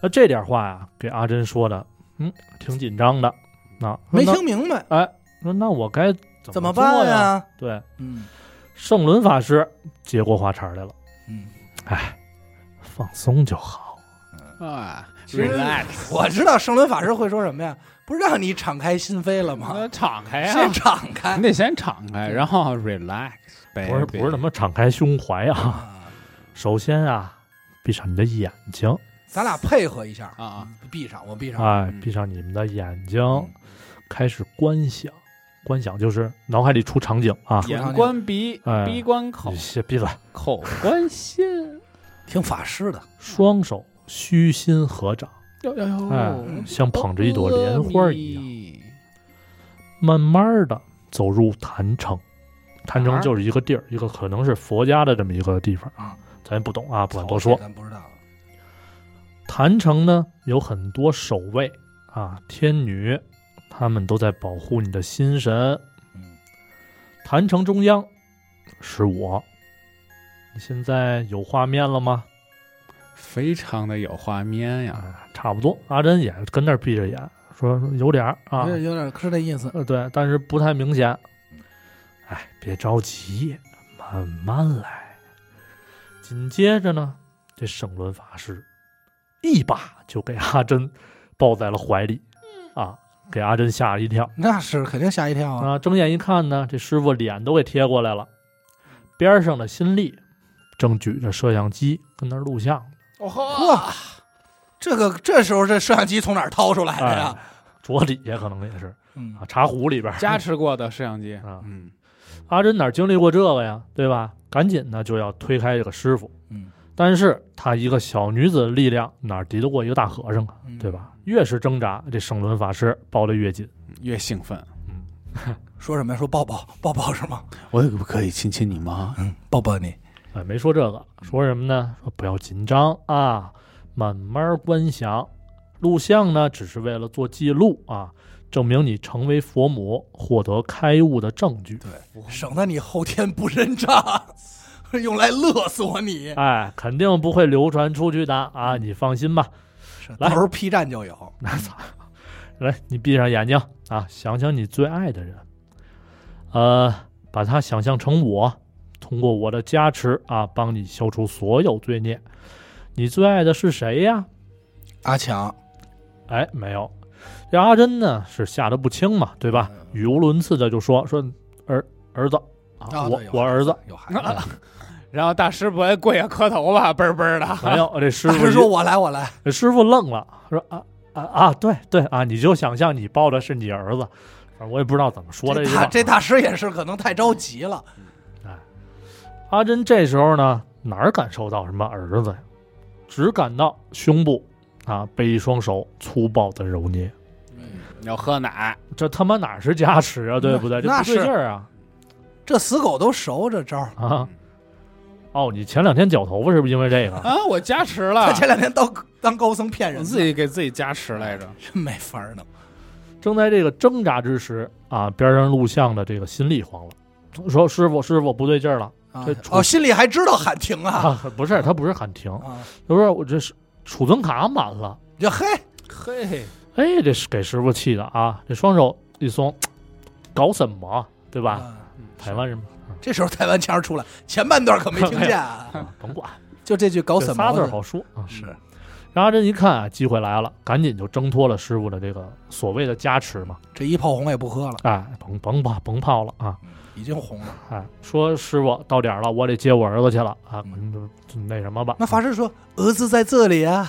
Speaker 3: 那这点话呀、给阿珍说的，嗯，挺紧张的。那
Speaker 1: 没
Speaker 3: 那
Speaker 1: 听明白
Speaker 3: 说那我该
Speaker 1: 怎
Speaker 3: 怎
Speaker 1: 么
Speaker 3: 做
Speaker 1: 办
Speaker 3: 呀？
Speaker 1: 呀？
Speaker 3: 对，
Speaker 1: 嗯
Speaker 3: 圣伦法师接过话茬儿来了，哎
Speaker 1: 嗯，
Speaker 3: 放松就好。
Speaker 2: 啊
Speaker 1: 其实
Speaker 2: ，relax，
Speaker 1: 我知道圣伦法师会说什么呀？不是让你敞开心扉了吗？
Speaker 2: 那敞开
Speaker 1: 先
Speaker 2: 啊，
Speaker 1: 敞开
Speaker 2: 你。得先敞开，然后 relax。哎
Speaker 3: 不是不是他妈敞开胸怀啊，
Speaker 1: 啊
Speaker 3: 首先啊，闭上你的眼睛，
Speaker 1: 咱俩配合一下嗯
Speaker 2: 啊啊！
Speaker 1: 闭上，我闭上。
Speaker 3: 哎
Speaker 2: 嗯，
Speaker 3: 闭上你们的眼睛，
Speaker 1: 嗯
Speaker 3: 开始观想，观想就是脑海里出场景啊，
Speaker 2: 眼观鼻
Speaker 3: 哎，
Speaker 2: 鼻观口
Speaker 3: 你，先闭嘴，
Speaker 2: 口观心。
Speaker 1: 听法师的，
Speaker 3: 双手虚心合掌，
Speaker 2: 呦呦
Speaker 3: 哎
Speaker 2: 呦，
Speaker 3: 像捧着一朵莲花一样，
Speaker 2: 样。
Speaker 3: 慢慢的走入坛城。坛
Speaker 2: 哪
Speaker 3: 城
Speaker 2: 儿
Speaker 3: 就是一个地儿，一个可能是佛家的这么一个地方
Speaker 1: 啊，
Speaker 3: 咱也不懂啊，不敢多说。
Speaker 1: 咱不知道了。
Speaker 3: 坛城呢有很多守卫啊，天女，他们都在保护你的心神。
Speaker 1: 嗯，
Speaker 3: 坛城中央是我。你现在有画面了吗？
Speaker 2: 非常的有画面呀！
Speaker 3: 啊，差不多。阿珍也跟那儿闭着眼，说说有点儿啊
Speaker 1: 有，点有点是那意思。
Speaker 3: 呃，对，但是不太明显。哎，别着急，慢慢来。紧接着呢，这圣伦法师一把就给阿珍抱在了怀里，啊，给阿珍吓了一跳
Speaker 1: 那是肯定吓一跳啊！
Speaker 3: 啊！睁眼一看呢，这师傅脸都给贴过来了，边上的新力正举着摄像机跟那儿录像，
Speaker 2: 哦
Speaker 1: 呵，这个这时候这摄像机从哪儿掏出来的
Speaker 3: 哎
Speaker 1: 呀？，
Speaker 3: 桌底下可能也是
Speaker 1: 嗯
Speaker 3: 啊，茶壶里边 儿
Speaker 2: 加持过的摄像机
Speaker 3: 啊
Speaker 2: 嗯，
Speaker 3: 阿珍哪经历过这个呀，对吧？赶紧呢就要推开这个师傅，
Speaker 1: 嗯，
Speaker 3: 但是她一个小女子的力量哪敌得过一个大和尚啊，
Speaker 1: 嗯
Speaker 3: 对？吧？越是挣扎，这圣伦法师抱得越紧。
Speaker 2: 越兴奋。
Speaker 1: 说什么呀？说抱抱抱抱是吗？
Speaker 4: 我可不可以亲亲你妈？
Speaker 1: 嗯，抱抱你。
Speaker 3: 哎，没说这个，说什么呢？说不要紧张啊，慢慢观想。录像呢，只是为了做记录啊，证明你成为佛母、获得开悟的证据。
Speaker 1: 省得你后天不认账， 用来勒索你。
Speaker 3: 哎，肯定不会流传出去的啊，你放心吧。
Speaker 1: 是，
Speaker 3: 来
Speaker 1: 到时候 P 站就有。
Speaker 3: 来，你闭上眼睛啊，想想你最爱的人，呃，把他想象成我，通过我的加持啊，帮你消除所有罪孽。你最爱的是谁呀？
Speaker 1: 阿强，
Speaker 3: 哎，没有。这阿珍呢是吓得不轻嘛，对吧？语无伦次的就说说儿儿子啊，
Speaker 1: 啊
Speaker 3: 我
Speaker 1: 对有
Speaker 3: 我儿子啊
Speaker 1: 有孩 子，
Speaker 2: 然后大师不会跪下磕头吧？嘣嘣的。
Speaker 3: 没有。这师
Speaker 1: 大
Speaker 3: 傅
Speaker 1: 师
Speaker 3: 一
Speaker 1: 说：“我来，我来。
Speaker 3: 这师傅愣了，说啊啊啊，对对啊，你就想象你抱的是你儿子，反正我也不知道怎么说
Speaker 1: 这
Speaker 3: 句
Speaker 1: 大
Speaker 3: 话。
Speaker 1: 这大师也是可能太着急了，
Speaker 3: 阿珍这时候呢，哪儿感受到什么儿子呀？只感到胸部啊被一双手粗暴的揉捏，
Speaker 2: 要喝奶，
Speaker 3: 这他妈哪是加持啊，对不对？这
Speaker 1: 那
Speaker 3: 不对
Speaker 1: 是
Speaker 3: 劲儿啊
Speaker 1: 这死狗都熟这招儿。
Speaker 3: 啊！哦，你前两天绞头发是不是因为 这个？
Speaker 2: 啊，我加持
Speaker 1: 他
Speaker 2: 了，
Speaker 1: 前两天当当高僧骗
Speaker 2: 我
Speaker 1: 人，
Speaker 2: 自己给自己加持来着。
Speaker 1: 真没法儿弄。
Speaker 3: 正在这个挣扎之时啊，边上录像的这个心里慌了，说：“师傅，师傅，不对劲儿了
Speaker 1: 啊
Speaker 3: 这出
Speaker 1: 哦，心里还知道喊停啊
Speaker 3: 啊！不是，他不是喊停，
Speaker 1: 啊！
Speaker 3: 他说我这是储存卡满了。”
Speaker 1: 就嘿，
Speaker 2: 嘿，
Speaker 3: 哎，这是给师傅气的啊！这双手一松，搞什么啊？对吧？
Speaker 1: 啊
Speaker 3: 台湾人嘛，
Speaker 1: 这时候台湾腔儿出来，前半段可没听见啊，
Speaker 3: 啊甭管，
Speaker 1: 就这句搞
Speaker 3: 这
Speaker 1: 什么
Speaker 3: 仨字儿好说啊。
Speaker 1: 是
Speaker 3: 然后这一看啊，机会来了，赶紧就挣脱了师傅的这个所谓的加持嘛。
Speaker 1: 这一炮红也不喝了，
Speaker 3: 哎，甭甭怕，甭泡了啊！
Speaker 1: 已经红了。
Speaker 3: 哎，说师傅到点儿了，我得接我儿子去了啊！
Speaker 1: 嗯
Speaker 3: 嗯就那什么吧，
Speaker 1: 那法师说：“儿子在这里 啊，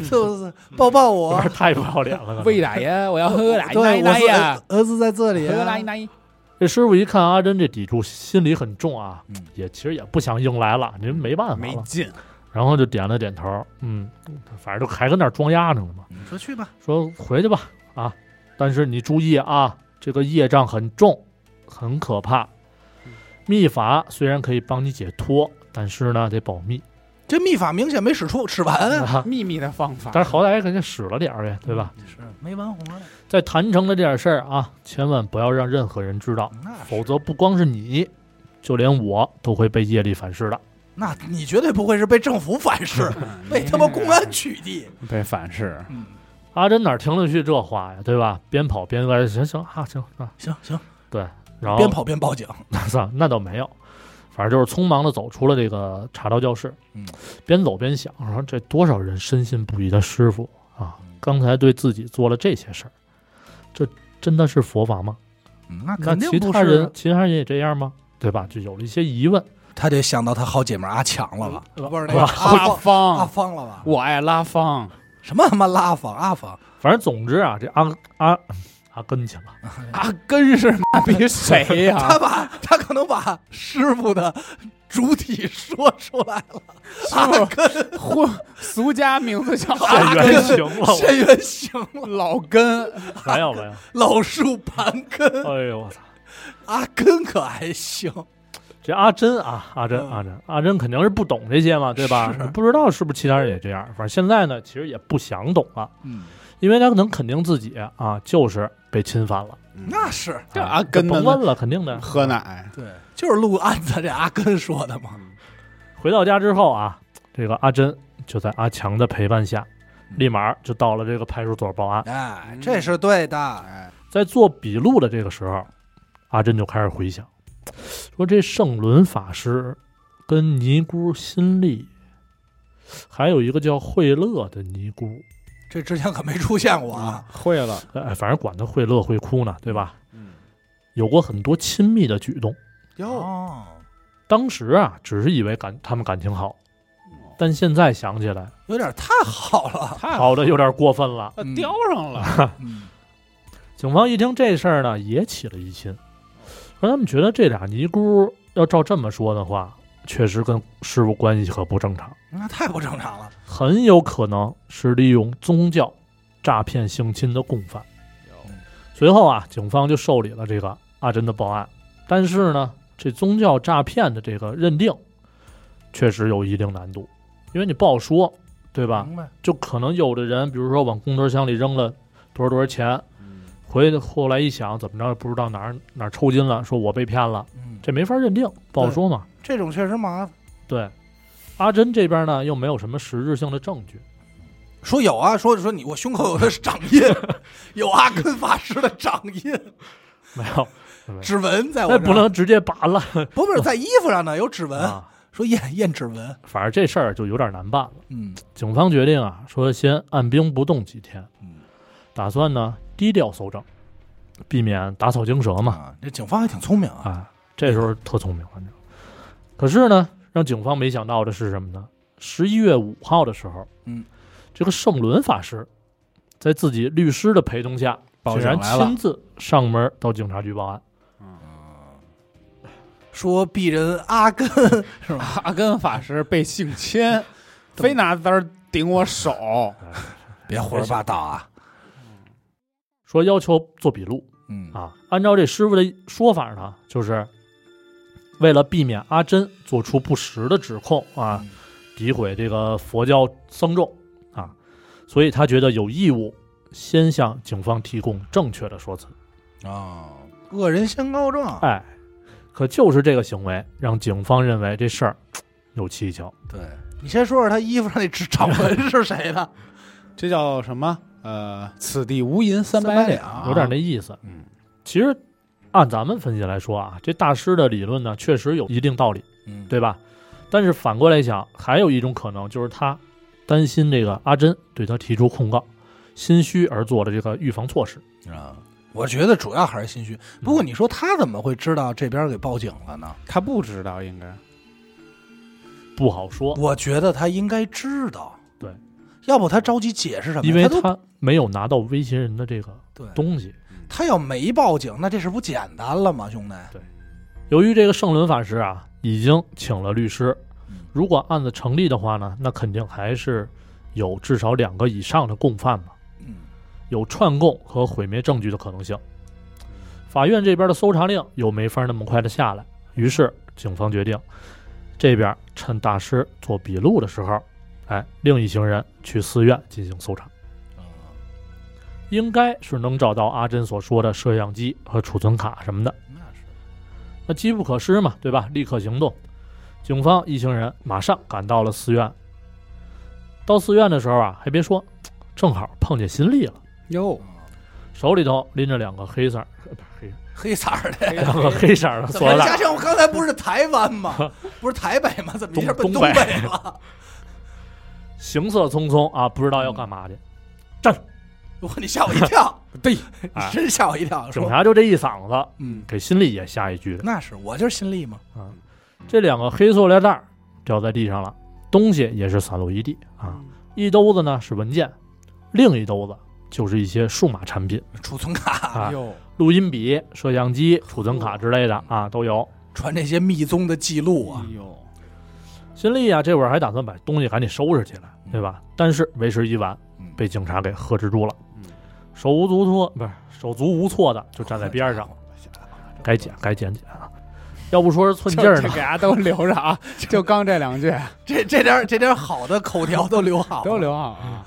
Speaker 1: 是不是？抱抱
Speaker 3: 有
Speaker 1: 我
Speaker 3: 点。太不要脸了。
Speaker 2: 喂奶呀，我要喝奶，
Speaker 1: 对，我
Speaker 2: 奶
Speaker 1: 是
Speaker 2: 呀
Speaker 1: 儿，儿子在这里
Speaker 2: 喝
Speaker 1: 啊
Speaker 2: 奶。奶。
Speaker 3: 这师傅一看阿珍这抵触，心里很重啊
Speaker 1: 嗯，
Speaker 3: 也其实也不想硬来了，您没办法
Speaker 2: 没
Speaker 3: 了，
Speaker 2: 劲，
Speaker 3: 然后就点了点头，嗯，反正就还跟那儿装鸭呢嘛。”
Speaker 1: 你说去吧，
Speaker 3: 说回去吧啊，但是你注意啊，这个业障很重，很可怕。秘法虽然可以帮你解脱，但是呢得保密。
Speaker 1: 这秘法明显没使出，使完
Speaker 3: 啊、
Speaker 2: 秘密的方法。
Speaker 3: 但是好歹人家使了点儿呗，对吧？
Speaker 1: 是没完活了。哦
Speaker 3: 在坛城的这点事儿啊，千万不要让任何人知道，
Speaker 1: 那
Speaker 3: 否则不光是你，就连我都会被业力反噬的。
Speaker 1: 那你绝对不会是被政府反 噬，被他妈公安取缔。
Speaker 2: 嗯被反噬，
Speaker 1: 嗯，
Speaker 3: 阿珍哪听得去这话呀，对吧？边跑边问，行行啊，行啊，
Speaker 1: 行行，
Speaker 3: 然后
Speaker 1: 边跑边报警。
Speaker 3: 那啊那倒没有，反正就是匆忙的走出了这个茶道教室，
Speaker 1: 嗯，
Speaker 3: 边走边想，说这多少人深信不疑的师傅啊，
Speaker 1: 嗯
Speaker 3: 刚才对自己做了这些事儿，这真的是佛法吗？
Speaker 1: 嗯那
Speaker 3: 那
Speaker 1: 肯定
Speaker 3: 其
Speaker 1: 不
Speaker 3: 他
Speaker 1: 是
Speaker 3: 人
Speaker 1: 啊，
Speaker 3: 其他人也这样吗？对吧？就有了一些疑问，
Speaker 1: 他得想到他好姐妹阿强了吧？
Speaker 3: 呃
Speaker 1: 不是那个
Speaker 3: 哇
Speaker 1: 阿
Speaker 2: 拉
Speaker 1: 芳
Speaker 3: 嗯啊
Speaker 1: 阿
Speaker 2: 芳，
Speaker 1: 芳了吧？
Speaker 2: 我爱拉芳，
Speaker 1: 什么他妈拉芳阿芳？
Speaker 3: 反正总之啊，这阿阿阿根去 了，
Speaker 2: 阿根是
Speaker 1: 啊
Speaker 2: 妈逼谁呀
Speaker 1: 他？把他可能把师傅的主体说出来了。
Speaker 2: 阿根，或俗家名字叫
Speaker 3: 这
Speaker 2: 阿
Speaker 1: 根
Speaker 3: 原行了，
Speaker 1: 轩辕行了，
Speaker 2: 老根，
Speaker 3: 我没有没有，
Speaker 1: 老树盘根，
Speaker 3: 哎呦我操！
Speaker 1: 阿根可还行。
Speaker 3: 这阿珍啊，阿珍，
Speaker 1: 嗯
Speaker 3: 阿珍，阿珍肯定是不懂这些嘛，对吧？
Speaker 1: 是
Speaker 3: 不知道是不是其他人也这样。反正现在呢，其实也不想懂了，
Speaker 1: 嗯，
Speaker 3: 因为他能肯定自己啊，就是被侵犯了。
Speaker 1: 那是
Speaker 2: 这
Speaker 3: 啊
Speaker 2: 阿根呢
Speaker 3: 甭问了，肯定的。
Speaker 2: 喝奶，
Speaker 1: 对，就是录案子这阿根说的嘛。
Speaker 3: 回到家之后啊，这个阿珍就在阿强的陪伴下，立马就到了这个派出所报案。
Speaker 1: 哎，这是对的。
Speaker 2: 哎，
Speaker 3: 在做笔录的这个时候，阿珍就开始回想，说这圣伦法师跟尼姑新力，还有一个叫惠勒的尼姑。
Speaker 1: 这之前可没出现过啊。
Speaker 2: 会了，
Speaker 3: 哎，反正管他会乐会哭呢，对吧？
Speaker 2: 嗯，
Speaker 3: 有过很多亲密的举动。
Speaker 2: 哟，
Speaker 1: 哦，
Speaker 3: 当时啊，只是以为感他们感情好，但现在想起来，
Speaker 1: 有点太好了。
Speaker 2: 太
Speaker 3: 好的有点过分了。
Speaker 2: 呃
Speaker 1: 嗯
Speaker 2: 叼上了，
Speaker 1: 嗯，
Speaker 3: 警方一听这事儿呢，也起了疑心，说他们觉得这俩尼姑要照这么说的话，确实跟师傅关系可不正常，
Speaker 1: 嗯那太不正常了。
Speaker 3: 很有可能是利用宗教诈骗性侵的共犯。随后啊，警方就受理了这个阿珍的报案，但是呢，这宗教诈骗的这个认定确实有一定难度，因为你不好说，对吧？
Speaker 1: 明白。
Speaker 3: 就可能有的人，比如说往工头箱里扔了多少多少钱，回后来一想怎么着，不知道哪儿哪儿抽筋了，说我被骗了，
Speaker 1: 嗯，
Speaker 3: 这没法认定，不好说嘛。
Speaker 1: 这种确实麻烦。
Speaker 3: 对，阿珍这边呢又没有什么实质性的证据，
Speaker 1: 说有啊，说说你我胸口有的是掌 印，有阿根法师的掌印，
Speaker 3: 没有，没有
Speaker 1: 指纹哎在我这儿
Speaker 3: 那
Speaker 1: 哎
Speaker 3: 不能直接拔了
Speaker 1: 不不是在衣服上呢，有指纹。
Speaker 3: 啊。
Speaker 1: 说验验指纹，
Speaker 3: 反正这事儿就有点难办了。
Speaker 1: 嗯
Speaker 3: 警方决定啊，说先按兵不动几天，
Speaker 1: 嗯
Speaker 3: 打算呢低调搜证，避免打草惊蛇嘛。
Speaker 1: 啊，这警方还挺聪明啊，
Speaker 3: 啊，这时候特聪明，反正。可是呢，让警方没想到的是什么呢？十一月五号的时候，
Speaker 1: 嗯，
Speaker 3: 这个圣伦法师在自己律师的陪同下，
Speaker 2: 报
Speaker 3: 竟
Speaker 2: 警
Speaker 3: 然
Speaker 2: 来了
Speaker 3: 亲，自上门到警察局报案。
Speaker 1: 说鄙人阿 根是吧？
Speaker 2: 阿根法师被性侵，非拿刀顶我手，
Speaker 1: 别胡说八道啊！
Speaker 3: 说要求做笔录
Speaker 1: 嗯
Speaker 3: 啊，按照这师傅的说法呢，就是为了避免阿珍做出不实的指控啊，
Speaker 1: 嗯
Speaker 3: 诋毁这个佛教僧众啊，所以他觉得有义务先向警方提供正确的说辞。
Speaker 1: 啊，恶人先告状，
Speaker 3: 哎，可就是这个行为让警方认为这事儿有蹊跷。
Speaker 1: 对你先说说他衣服上那指掌纹是谁 的？
Speaker 2: 这叫什么？呃，此地无银三百两，
Speaker 3: 有点那意思。
Speaker 2: 啊嗯，
Speaker 3: 其实按咱们分析来说啊，这大师的理论呢，确实有一定道理，
Speaker 1: 嗯，
Speaker 3: 对吧？但是反过来想，还有一种可能就是他担心这个阿珍对他提出控告，心虚而做的这个预防措施。
Speaker 1: 啊，我觉得主要还是心虚。不过你说他怎么会知道这边给报警了呢？
Speaker 2: 他不知道应该。
Speaker 3: 不好说，
Speaker 1: 我觉得他应该知道，
Speaker 3: 嗯对，
Speaker 1: 要不他着急解释什么呀？
Speaker 3: 因为
Speaker 1: 他都
Speaker 3: 他没有拿到威胁人的这个
Speaker 1: 对
Speaker 3: 东西。
Speaker 1: 他要没报警，那这事不简单了吗，兄弟？
Speaker 3: 由于这个圣伦法师啊，已经请了律师
Speaker 1: 嗯，
Speaker 3: 如果案子成立的话呢，那肯定还是有至少两个以上的共犯吧，
Speaker 1: 嗯，
Speaker 3: 有串供和毁灭证据的可能性。法院这边的搜查令又没法那么快的下来，于是警方决定，这边趁大师做笔录的时候，哎，另一行人去寺院进行搜查，应该是能找到阿珍所说的摄像机和储存卡什么的。
Speaker 1: 那是
Speaker 3: 那机不可失嘛，对吧？立刻行动。警方一行人马上赶到了寺院。到寺院的时候啊，还别说，正好碰见新力了，
Speaker 2: 哟，
Speaker 3: 手里头拎着两个黑色儿、呃不是
Speaker 1: 黑色儿的。
Speaker 3: 黑两个黑色儿的
Speaker 1: 怎
Speaker 3: 塑
Speaker 1: 么
Speaker 3: 料
Speaker 1: 加
Speaker 3: 袋，
Speaker 1: 上我刚才不是台湾吗？不是台北吗？怎么一下奔
Speaker 3: 东
Speaker 1: 东
Speaker 3: 北
Speaker 1: 北了？
Speaker 3: 行色匆匆啊，不知道要干嘛去。
Speaker 1: 我你吓我一跳，
Speaker 2: 对，
Speaker 1: 你真吓我一跳。
Speaker 3: 警
Speaker 1: 说
Speaker 3: 察就这一嗓子，
Speaker 1: 嗯，
Speaker 3: 给新力也下一句的
Speaker 1: 那是我就是新力嘛。
Speaker 3: 啊。这两个黑塑料袋儿掉在地上了，东西也是散落一地啊。一兜子呢是文件，另一兜子就是一些数码产品。
Speaker 1: 储存卡
Speaker 3: 啊
Speaker 2: 哟，
Speaker 3: 录音笔、摄像机、储存卡之类的啊都有。
Speaker 1: 传这些密宗的记录
Speaker 2: 哎
Speaker 1: 啊，
Speaker 2: 呦，
Speaker 3: 新力啊，这会儿还打算把东西赶紧收拾起来，
Speaker 1: 嗯
Speaker 3: 对吧？但是为时已晚
Speaker 1: 嗯，
Speaker 3: 被警察给呵斥住了
Speaker 2: 嗯，
Speaker 3: 手无足措，不是手足无措的就站在 边上，该捡该捡捡啊！要不说是寸劲儿
Speaker 2: 就
Speaker 3: 呢
Speaker 2: 就，给大家都留着 啊，就刚这两句
Speaker 1: 这这点这点好的口条都留好了，
Speaker 2: 都留好啊。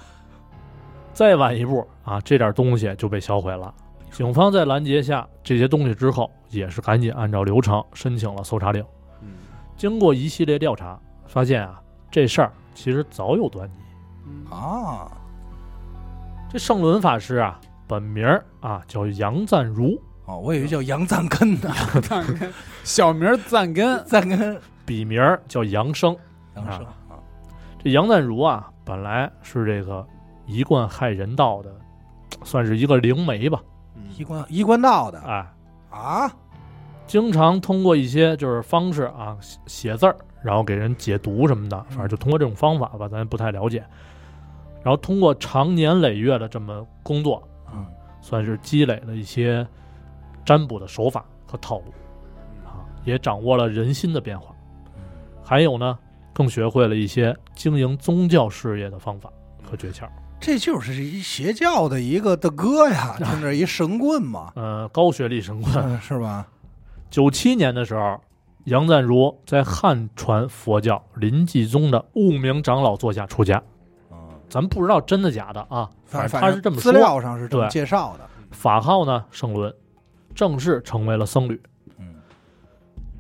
Speaker 3: 再晚一步啊，这点东西就被销毁了。警方在拦截下这些东西之后，也是赶紧按照流程申请了搜查令。
Speaker 2: 嗯
Speaker 3: 经过一系列调查，发现啊，这事儿其实早有端倪。
Speaker 1: 啊。
Speaker 3: 这圣伦法师啊，本名儿啊叫杨赞如，
Speaker 1: 哦，我以为叫杨赞根呢，
Speaker 2: 赞根，小名赞根，
Speaker 1: 赞根
Speaker 3: 笔名儿叫杨生。
Speaker 1: 杨生啊，
Speaker 3: 这杨赞如啊，本来是这个一贯害人道的，算是一个灵媒吧，嗯
Speaker 1: 一贯一贯道的
Speaker 3: 哎，
Speaker 1: 啊，
Speaker 3: 经常通过一些就是方式啊，写写字儿，然后给人解毒什么的，反正就通过这种方法吧，咱不太了解。然后通过长年累月的这么工作，
Speaker 1: 嗯
Speaker 3: 算是积累了一些占卜的手法和套路
Speaker 2: 嗯
Speaker 3: 啊，也掌握了人心的变化。
Speaker 1: 嗯
Speaker 3: 还有呢，更学会了一些经营宗教事业的方法和诀窍。
Speaker 1: 这就是一邪教的一个的哥 呀，听着一神棍嘛，
Speaker 3: 呃，高学历神棍。
Speaker 1: 嗯是吧？
Speaker 3: 九七年的时候，杨赞如在汉传佛教临济宗的悟明长老座下出家。
Speaker 1: 嗯，
Speaker 3: 咱不知道真的假的啊，
Speaker 1: 反
Speaker 3: 正
Speaker 1: 反
Speaker 3: 他
Speaker 1: 正
Speaker 3: 是这么
Speaker 1: 资
Speaker 3: 说。
Speaker 1: 料上是这么
Speaker 3: 对
Speaker 1: 介绍的，
Speaker 3: 法号呢，圣伦，正式成为了僧侣。
Speaker 1: 嗯，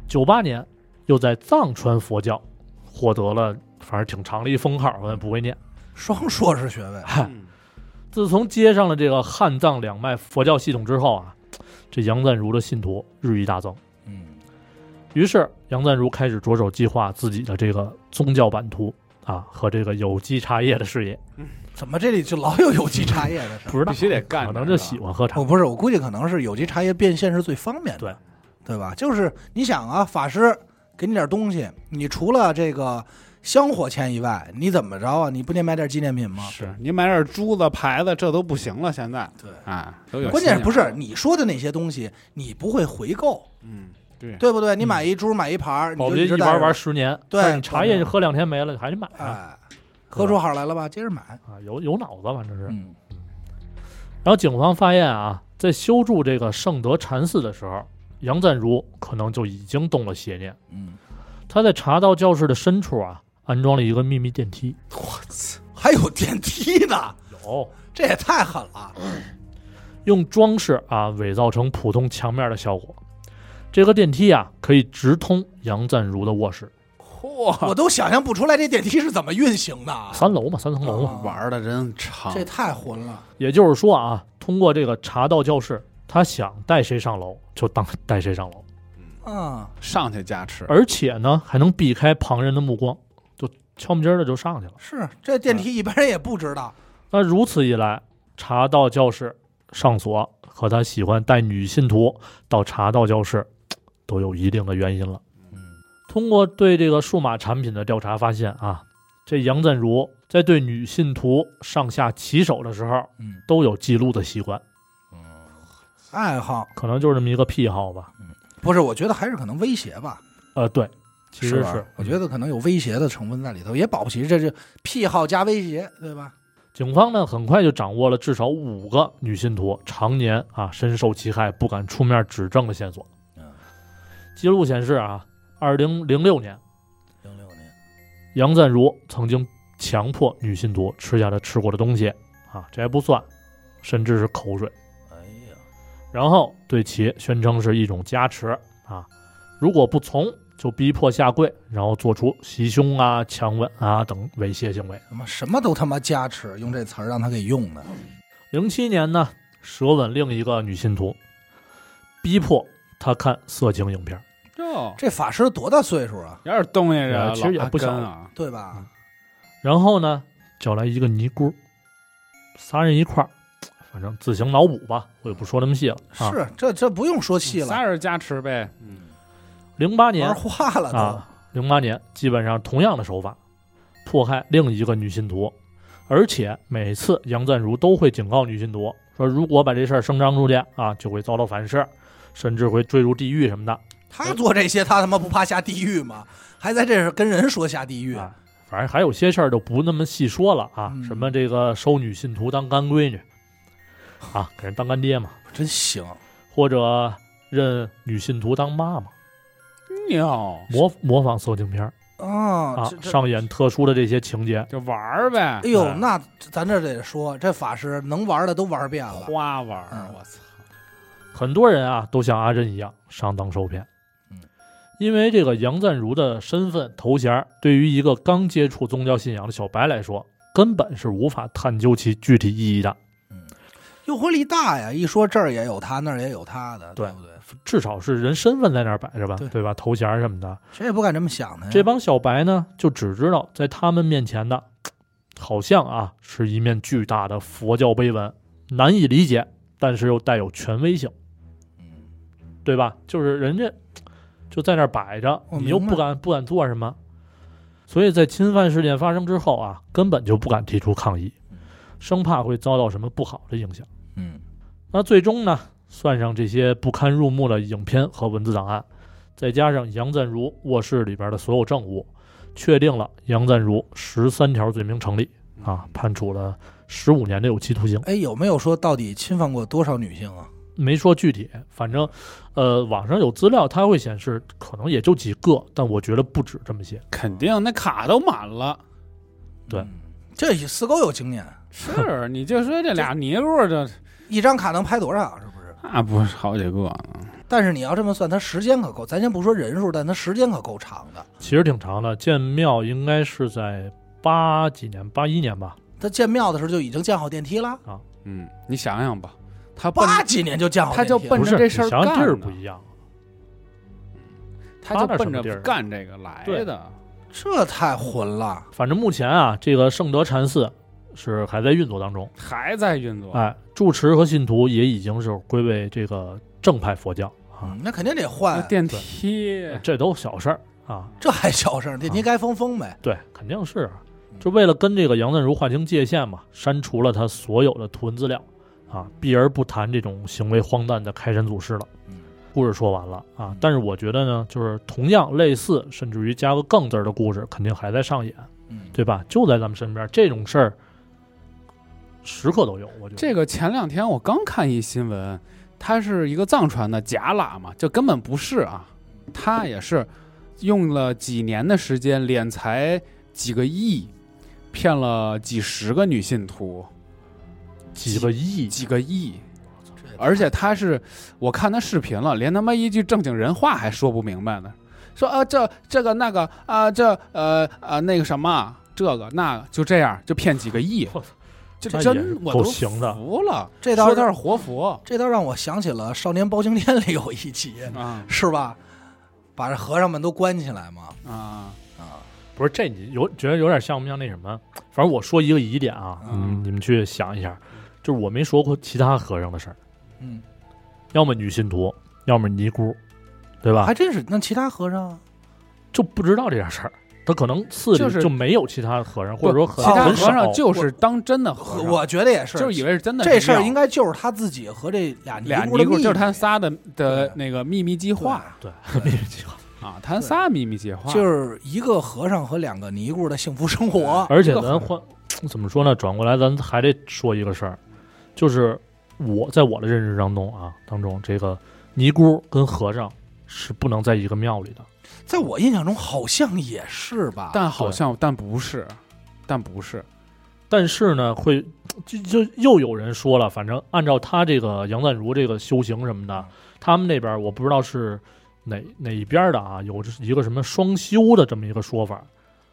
Speaker 3: 九八年又在藏传佛教获得了，反正挺长的一封号，我也不会念。
Speaker 1: 双硕士学 位，
Speaker 3: 自从接上了这个汉藏两脉佛教系统之后啊，这杨赞如的信徒日益大增。
Speaker 1: 嗯，
Speaker 3: 于是杨赞如开始着手计划自己的这个宗教版图啊和这个有机茶叶的事业。
Speaker 1: 怎么这里就老有有机茶叶的事 儿？
Speaker 3: 不知道
Speaker 2: 必须得干
Speaker 3: 可
Speaker 2: 点
Speaker 3: 能
Speaker 2: 儿
Speaker 3: 就
Speaker 2: 吧
Speaker 3: 喜欢喝茶
Speaker 1: 我。不是，我估计可能是有机茶叶变现是最方便的，
Speaker 3: 对，
Speaker 1: 对吧？就是你想啊，法师给你点东西，你除了这个香火钱以外，你怎么着啊？你不得买点纪念品吗？
Speaker 5: 是你买点珠子、牌子，这都不行了。现在
Speaker 1: 对
Speaker 5: 啊，都有
Speaker 1: 关键是不
Speaker 5: 是？
Speaker 1: 是你说的那些东西，你不会回购，
Speaker 5: 嗯，对，
Speaker 1: 对不对？你买一株，买一盘儿，你
Speaker 3: 保
Speaker 1: 就
Speaker 3: 不齐
Speaker 1: 一直
Speaker 3: 嗯一
Speaker 1: 带
Speaker 3: 玩
Speaker 1: 着
Speaker 3: 玩，十年，
Speaker 1: 对
Speaker 3: 但是你茶叶喝两天没了，你还得买啊，
Speaker 1: 哎，喝出好来了吧？接着买，
Speaker 3: 啊有有脑子，反正是。
Speaker 1: 嗯，
Speaker 3: 然后警方发现啊，在修筑这个圣德禅寺的时候，杨赞如可能就已经动了邪念。
Speaker 1: 嗯，
Speaker 3: 他在茶道教室的深处啊，安装了一个秘密电梯。
Speaker 1: 还有电梯呢，
Speaker 3: 有。
Speaker 1: 这也太狠了，
Speaker 3: 用装饰啊伪造成普通墙面的效果。这个电梯啊，可以直通杨赞如的卧室，
Speaker 1: 我
Speaker 5: 嚯，
Speaker 1: 都想象不出来这电梯是怎么运行的。
Speaker 3: 三楼嘛，三层楼嘛。
Speaker 1: 啊
Speaker 5: 玩的真长
Speaker 1: 这，太混 了，
Speaker 3: 也就是说啊，通过这个茶道教室，他想带谁上楼就当 带谁上楼，
Speaker 1: 嗯，
Speaker 5: 上去加持，
Speaker 3: 而且呢还能避开旁人的目光，就悄没劲儿的就上去了。
Speaker 1: 是这电梯一般人也不知道，
Speaker 3: 那如此一来，茶道教室上锁和他喜欢带女信徒到茶道教室，都有一定的原因了。通过对这个数码产品的调查发现啊，这杨振如在对女信徒上下其手的时候，
Speaker 1: 嗯，
Speaker 3: 都有记录的习惯，
Speaker 1: 爱好
Speaker 3: 可能就是这么一个癖好吧。
Speaker 1: 不是，我觉得还是可能威胁吧，
Speaker 3: 呃，对，其实
Speaker 1: 吧
Speaker 3: 是
Speaker 1: 我觉得可能有威胁的成分在里头，也保不齐这是癖好加威胁，对吧？
Speaker 3: 警方呢很快就掌握了至少五个女信徒常年啊深受其害不敢出面指证的线索
Speaker 1: 嗯。
Speaker 3: 记录显示啊，二零零六年，
Speaker 1: 零六年，
Speaker 3: 杨赞如曾经强迫女信徒吃下她吃过的东西啊，这还不算，甚至是口水。
Speaker 1: 哎呀，
Speaker 3: 然后对其宣称是一种加持啊，如果不从，就逼迫下跪，然后做出袭胸啊、强吻啊等猥亵行为。
Speaker 1: 他妈什么都他妈加持，用这词儿让他给用的，
Speaker 3: 零七年呢，舌吻另一个女信徒，逼迫她看色情影片。
Speaker 5: 哟，
Speaker 1: 这法师多大岁数啊？
Speaker 5: 有点东西这，
Speaker 3: 其实也不小
Speaker 5: 老阿根啊，
Speaker 1: 对
Speaker 3: 嗯
Speaker 1: 吧？
Speaker 3: 然后呢，叫来一个尼姑，仨人一块儿，反正自行脑补吧，我也不说那么细了啊。
Speaker 1: 是，这这不用说
Speaker 2: 嗯
Speaker 1: 细了
Speaker 5: 嗯仨，人加持呗，嗯，
Speaker 3: 零八年
Speaker 1: 玩化了
Speaker 3: 啊
Speaker 1: 都。，
Speaker 3: 零八年基本上同样的手法，迫害另一个女信徒，而且每次杨赞如都会警告女信徒说，如果把这事儿声张出去啊，就会遭到反噬，甚至会坠入地狱什么的。
Speaker 1: 他做这些，他他妈不怕下地狱吗？还在这儿跟人说下地狱，
Speaker 3: 啊反正还有些事儿就不那么细说了啊，
Speaker 1: 嗯
Speaker 3: 什么这个收女信徒当干闺女，啊，给人当干爹嘛，
Speaker 1: 真行！
Speaker 3: 或者认女信徒当妈妈，
Speaker 5: 哟，
Speaker 3: 模模仿色情片儿啊
Speaker 1: 啊，这，这
Speaker 3: 上演特殊的这些情节。
Speaker 5: 就玩儿呗
Speaker 1: 哎，呦
Speaker 3: 哎，
Speaker 1: 那咱这得说，这法师能玩的都玩遍了，
Speaker 5: 花玩儿，
Speaker 1: 嗯
Speaker 5: 我操，
Speaker 3: 很多人啊都像阿珍一样上当受骗
Speaker 1: 嗯，
Speaker 3: 因为这个杨赞如的身份头衔，对于一个刚接触宗教信仰的小白来说，根本是无法探究其具体意义的，
Speaker 1: 诱惑力大呀！一说这儿也有他，那儿也有他的，
Speaker 3: 对
Speaker 1: 对不对？
Speaker 3: 至少是人身份在那儿摆着吧，
Speaker 1: 对
Speaker 3: 对吧？头衔什么的，
Speaker 1: 谁也不敢这么想的呀。
Speaker 3: 这帮小白呢，就只知道在他们面前的，好像啊是一面巨大的佛教碑文，难以理解，但是又带有权威性，
Speaker 1: 嗯
Speaker 3: 对吧？就是人家就在那儿摆着，
Speaker 1: 我
Speaker 3: 你又
Speaker 1: 明白
Speaker 3: 不敢不敢做什么，所以在侵犯事件发生之后啊，根本就不敢提出抗议，生怕会遭到什么不好的影响。
Speaker 1: 嗯，
Speaker 3: 那最终呢，算上这些不堪入目的影片和文字档案，再加上杨赞如卧室里边的所有证物，确定了杨赞如十三条罪名成立
Speaker 2: 嗯
Speaker 3: 啊，判处了十五年的有期徒刑。
Speaker 1: 哎，有没有说到底侵犯过多少女性啊？
Speaker 3: 没说具体，反正，呃，网上有资料，它会显示可能也就几个，但我觉得不止这么些。
Speaker 5: 肯定那卡都满了。
Speaker 3: 对
Speaker 1: 嗯，这死狗有经验，
Speaker 5: 是，你就说这俩尼姑这
Speaker 1: 一张卡能拍多少？是不是？
Speaker 5: 那不是好几个呢？
Speaker 1: 但是你要这么算，它时间可够，咱先不说人数，但它时间可够长的。
Speaker 3: 其实挺长的，建庙应该是在八几年，八一年吧，
Speaker 1: 他建庙的时候就已经建好电梯了，
Speaker 5: 嗯，你想想吧，他奔
Speaker 1: 八几年就建好
Speaker 5: 他
Speaker 1: 电梯
Speaker 5: 就
Speaker 1: 了，
Speaker 5: 奔
Speaker 3: 不
Speaker 5: 着
Speaker 3: 是？
Speaker 5: 这事儿
Speaker 3: 你想想地儿
Speaker 5: 干呢
Speaker 3: 不一样，
Speaker 5: 他就
Speaker 3: 他那什
Speaker 5: 奔
Speaker 3: 么地
Speaker 5: 着
Speaker 3: 儿
Speaker 5: 干这个来
Speaker 3: 对
Speaker 5: 的。
Speaker 1: 这太混了。
Speaker 3: 反正目前啊，这个圣德禅寺是还在运作当中，
Speaker 5: 还在运作，
Speaker 3: 哎，住持和信徒也已经是归为这个正派佛教啊，
Speaker 1: 嗯那肯定得
Speaker 5: 那
Speaker 1: 换，
Speaker 5: 电梯
Speaker 3: 这都小事儿。啊，
Speaker 1: 这还小事儿，你你该封封呗。
Speaker 3: 对，肯定是啊
Speaker 1: 嗯
Speaker 3: 就为了跟这个杨振如划清界限嘛，删除了他所有的图文资料啊，避而不谈这种行为荒诞的开山祖师了。
Speaker 1: 嗯
Speaker 3: 故事说完了
Speaker 5: 嗯
Speaker 3: 啊，但是我觉得呢，就是同样类似，甚至于加个更字儿的故事，肯定还在上演，
Speaker 1: 嗯，
Speaker 3: 对吧？就在咱们身边，这种事儿时刻都有。我觉得
Speaker 5: 这个前两天我刚看一新闻，他是一个藏传的假喇嘛，这根本不是啊，他也是用了几年的时间敛财几个亿，骗了几十个女信徒，
Speaker 3: 几个亿，
Speaker 5: 几个亿，
Speaker 1: 这也
Speaker 2: 而且他是，我看他视频了，连他妈一句正经人话还说不明白呢，说啊这这个那个啊这呃啊那个什么这个那个就这样就骗几个亿
Speaker 3: 我操，
Speaker 2: 这
Speaker 3: 那也是
Speaker 2: 真我都
Speaker 3: 够行的
Speaker 2: 服了，
Speaker 1: 这倒
Speaker 2: 说
Speaker 1: 是
Speaker 2: 他是活佛
Speaker 1: 这倒让我想起了《少年包青天》里有一集，
Speaker 2: 啊
Speaker 1: 是吧？把这和尚们都关起来嘛。
Speaker 2: 啊，
Speaker 1: 啊，
Speaker 3: 不是这你有觉得有点像不像那什么？反正我说一个疑点啊，
Speaker 1: 嗯
Speaker 3: 你们你们去想一下，就是我没说过其他和尚的事儿，
Speaker 1: 嗯，
Speaker 3: 要么女信徒，要么尼姑，对
Speaker 2: 啊哎
Speaker 3: 吧？
Speaker 1: 还真是。那其他和尚啊，
Speaker 3: 就不知道这点事儿。他可能寺
Speaker 2: 就
Speaker 3: 里
Speaker 2: 是
Speaker 3: 就没有其他和尚，或者说
Speaker 2: 其
Speaker 3: 很
Speaker 2: 他和
Speaker 3: 很少
Speaker 2: 尚就是当真的和
Speaker 1: 和
Speaker 2: 尚，
Speaker 1: 我觉得也是，
Speaker 2: 就是以为是真的
Speaker 1: 这事儿
Speaker 2: 庙
Speaker 1: 应该就是他自己和这俩
Speaker 2: 俩
Speaker 1: 尼姑
Speaker 2: 尼姑
Speaker 1: 的秘密
Speaker 2: 就是他仨的的
Speaker 1: 对
Speaker 2: 那个秘密计划
Speaker 3: 对，
Speaker 2: 啊，他仨秘密计划
Speaker 1: 就是一个和尚和两个尼姑的幸福生活。
Speaker 3: 而且
Speaker 1: 这个
Speaker 3: 咱换怎么说呢？转过来，咱还得说一个事儿，就是我在我的认知当中啊，当中这个尼姑跟和尚是不能在一个庙里的。
Speaker 1: 在我印象中好像也是吧，
Speaker 2: 但好像但不是，但不是，
Speaker 3: 但是呢，会就就又有人说了，反正按照他这个杨赞如这个修行什么的，他们那边儿我不知道是哪哪一边儿的啊，有一个什么双修的这么一个说法，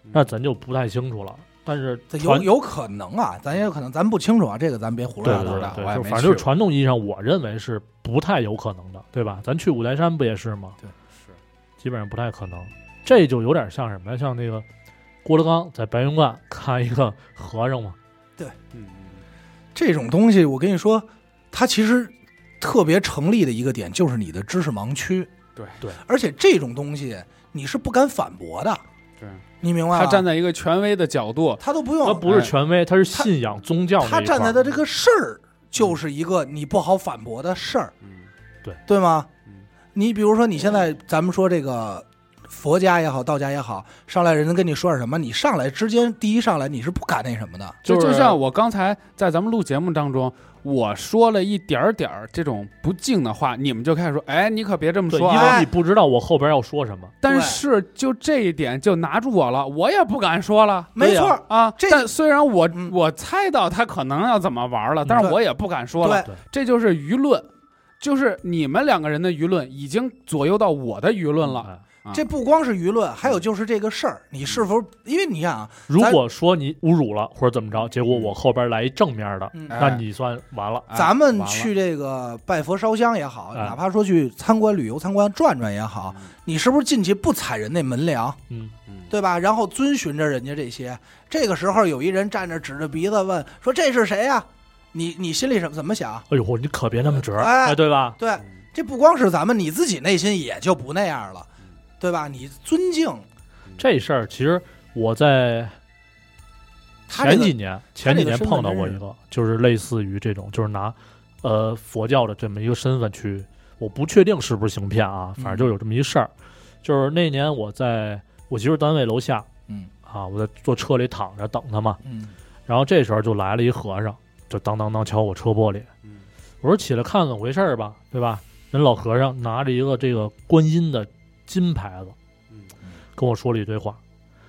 Speaker 2: 嗯
Speaker 3: 那咱就不太清楚了。但是
Speaker 1: 这
Speaker 3: 传
Speaker 1: 有有可能啊，咱也有可能，咱不清楚啊，这个咱别胡
Speaker 3: 对
Speaker 1: 乱
Speaker 3: 对
Speaker 1: 聊了。
Speaker 3: 对
Speaker 2: 我也
Speaker 3: 对，就
Speaker 2: 没
Speaker 3: 反正就是
Speaker 2: 去
Speaker 3: 传统意义上，我认为是不太有可能的，对吧？咱去五台山不也是吗？
Speaker 1: 对，
Speaker 5: 是，
Speaker 3: 基本上不太可能。这就有点像什么呀？像那个郭德纲在白云观看一个 和尚嘛，
Speaker 5: 嗯，
Speaker 1: 这种东西，我跟你说，它其实特别成立的一个点就是你的知识盲区。
Speaker 5: 对
Speaker 3: 对，
Speaker 1: 而且这种东西你是不敢反驳的，
Speaker 5: 对，
Speaker 1: 你明白吗？
Speaker 2: 他站在一个权威的角度，
Speaker 1: 他都不
Speaker 3: 他
Speaker 1: 用，
Speaker 3: 不是权威，他是信仰宗教那一块
Speaker 1: 哦他
Speaker 3: 儿。
Speaker 1: 站在的这个事儿就是一个你不好反驳的事儿，
Speaker 5: 嗯
Speaker 1: 对吗
Speaker 5: 嗯？
Speaker 1: 你比如说，你现在咱们说这个佛家也好，道家也好，上来人家跟你说点什么，你上来之间第一上来你是不敢那什么的，
Speaker 2: 就
Speaker 3: 就
Speaker 2: 就
Speaker 3: 是
Speaker 2: 像我刚才在咱们录节目当中，我说了一点儿点儿这种不敬的话，你们就开始说，哎，你可别这么
Speaker 3: 对，
Speaker 2: 说
Speaker 3: 因
Speaker 2: 啊！
Speaker 3: 为你不知道我后边要说什么。
Speaker 2: 但是就这一点就拿住我了，我也不敢说了。
Speaker 1: 没错儿。
Speaker 2: 啊，
Speaker 1: 这
Speaker 2: 但虽然我、
Speaker 1: 嗯
Speaker 2: 我猜到他可能要怎么玩了，但是
Speaker 1: 对
Speaker 2: 我也不敢说了。
Speaker 1: 对，
Speaker 2: 这就是舆论，就是你们两个人的舆论已经左右到我的舆论了。
Speaker 3: 哎
Speaker 2: 啊
Speaker 1: 这不光是舆论，还有就是这个事儿，
Speaker 2: 嗯
Speaker 1: 你是否？因为你看啊，
Speaker 3: 如果说你侮辱了或者怎么着，结果我后边来一正面的，
Speaker 1: 嗯
Speaker 2: 哎
Speaker 3: 那你算完了。
Speaker 2: 哎
Speaker 1: 咱们
Speaker 2: 完了
Speaker 1: 去这个拜佛烧香也好，
Speaker 2: 啊
Speaker 3: 哎
Speaker 1: 哪怕说去参观旅游、参观转转也好，
Speaker 2: 嗯
Speaker 1: 你是不是进去不踩人那门梁，
Speaker 3: 嗯，
Speaker 5: 嗯，
Speaker 1: 对吧？然后遵循着人家这些。这个时候有一人站着指着鼻子问说：“这是谁呀、你你心里怎么怎么想？
Speaker 3: 哎呦，你可别那么折儿，
Speaker 1: 哎
Speaker 3: 哎，对吧？
Speaker 1: 对，这不光是咱们，你自己内心也就不那样了，
Speaker 6: 嗯
Speaker 1: 对吧？你尊敬
Speaker 3: 这事儿其实我在
Speaker 1: 他这
Speaker 3: 前
Speaker 1: 个
Speaker 3: 几年前几年
Speaker 1: 身份
Speaker 3: 碰到过
Speaker 1: 真
Speaker 3: 一
Speaker 1: 是
Speaker 3: 个，就是类似于这种，就是拿呃佛教的这么一个身份去，我不确定是不是行骗啊，反正就有这么一事儿，就是那年我在我媳妇儿单位楼下，
Speaker 1: 嗯
Speaker 3: 啊，我在坐车里躺着等她嘛，
Speaker 1: 嗯
Speaker 3: 然后这时候就来了一和尚，就当当当敲我车玻璃
Speaker 5: 嗯。
Speaker 3: 我说起来看看怎么回事儿吧，对吧？人老和尚拿着一个这个观音的金牌子
Speaker 5: 嗯，
Speaker 3: 跟我说了一堆话。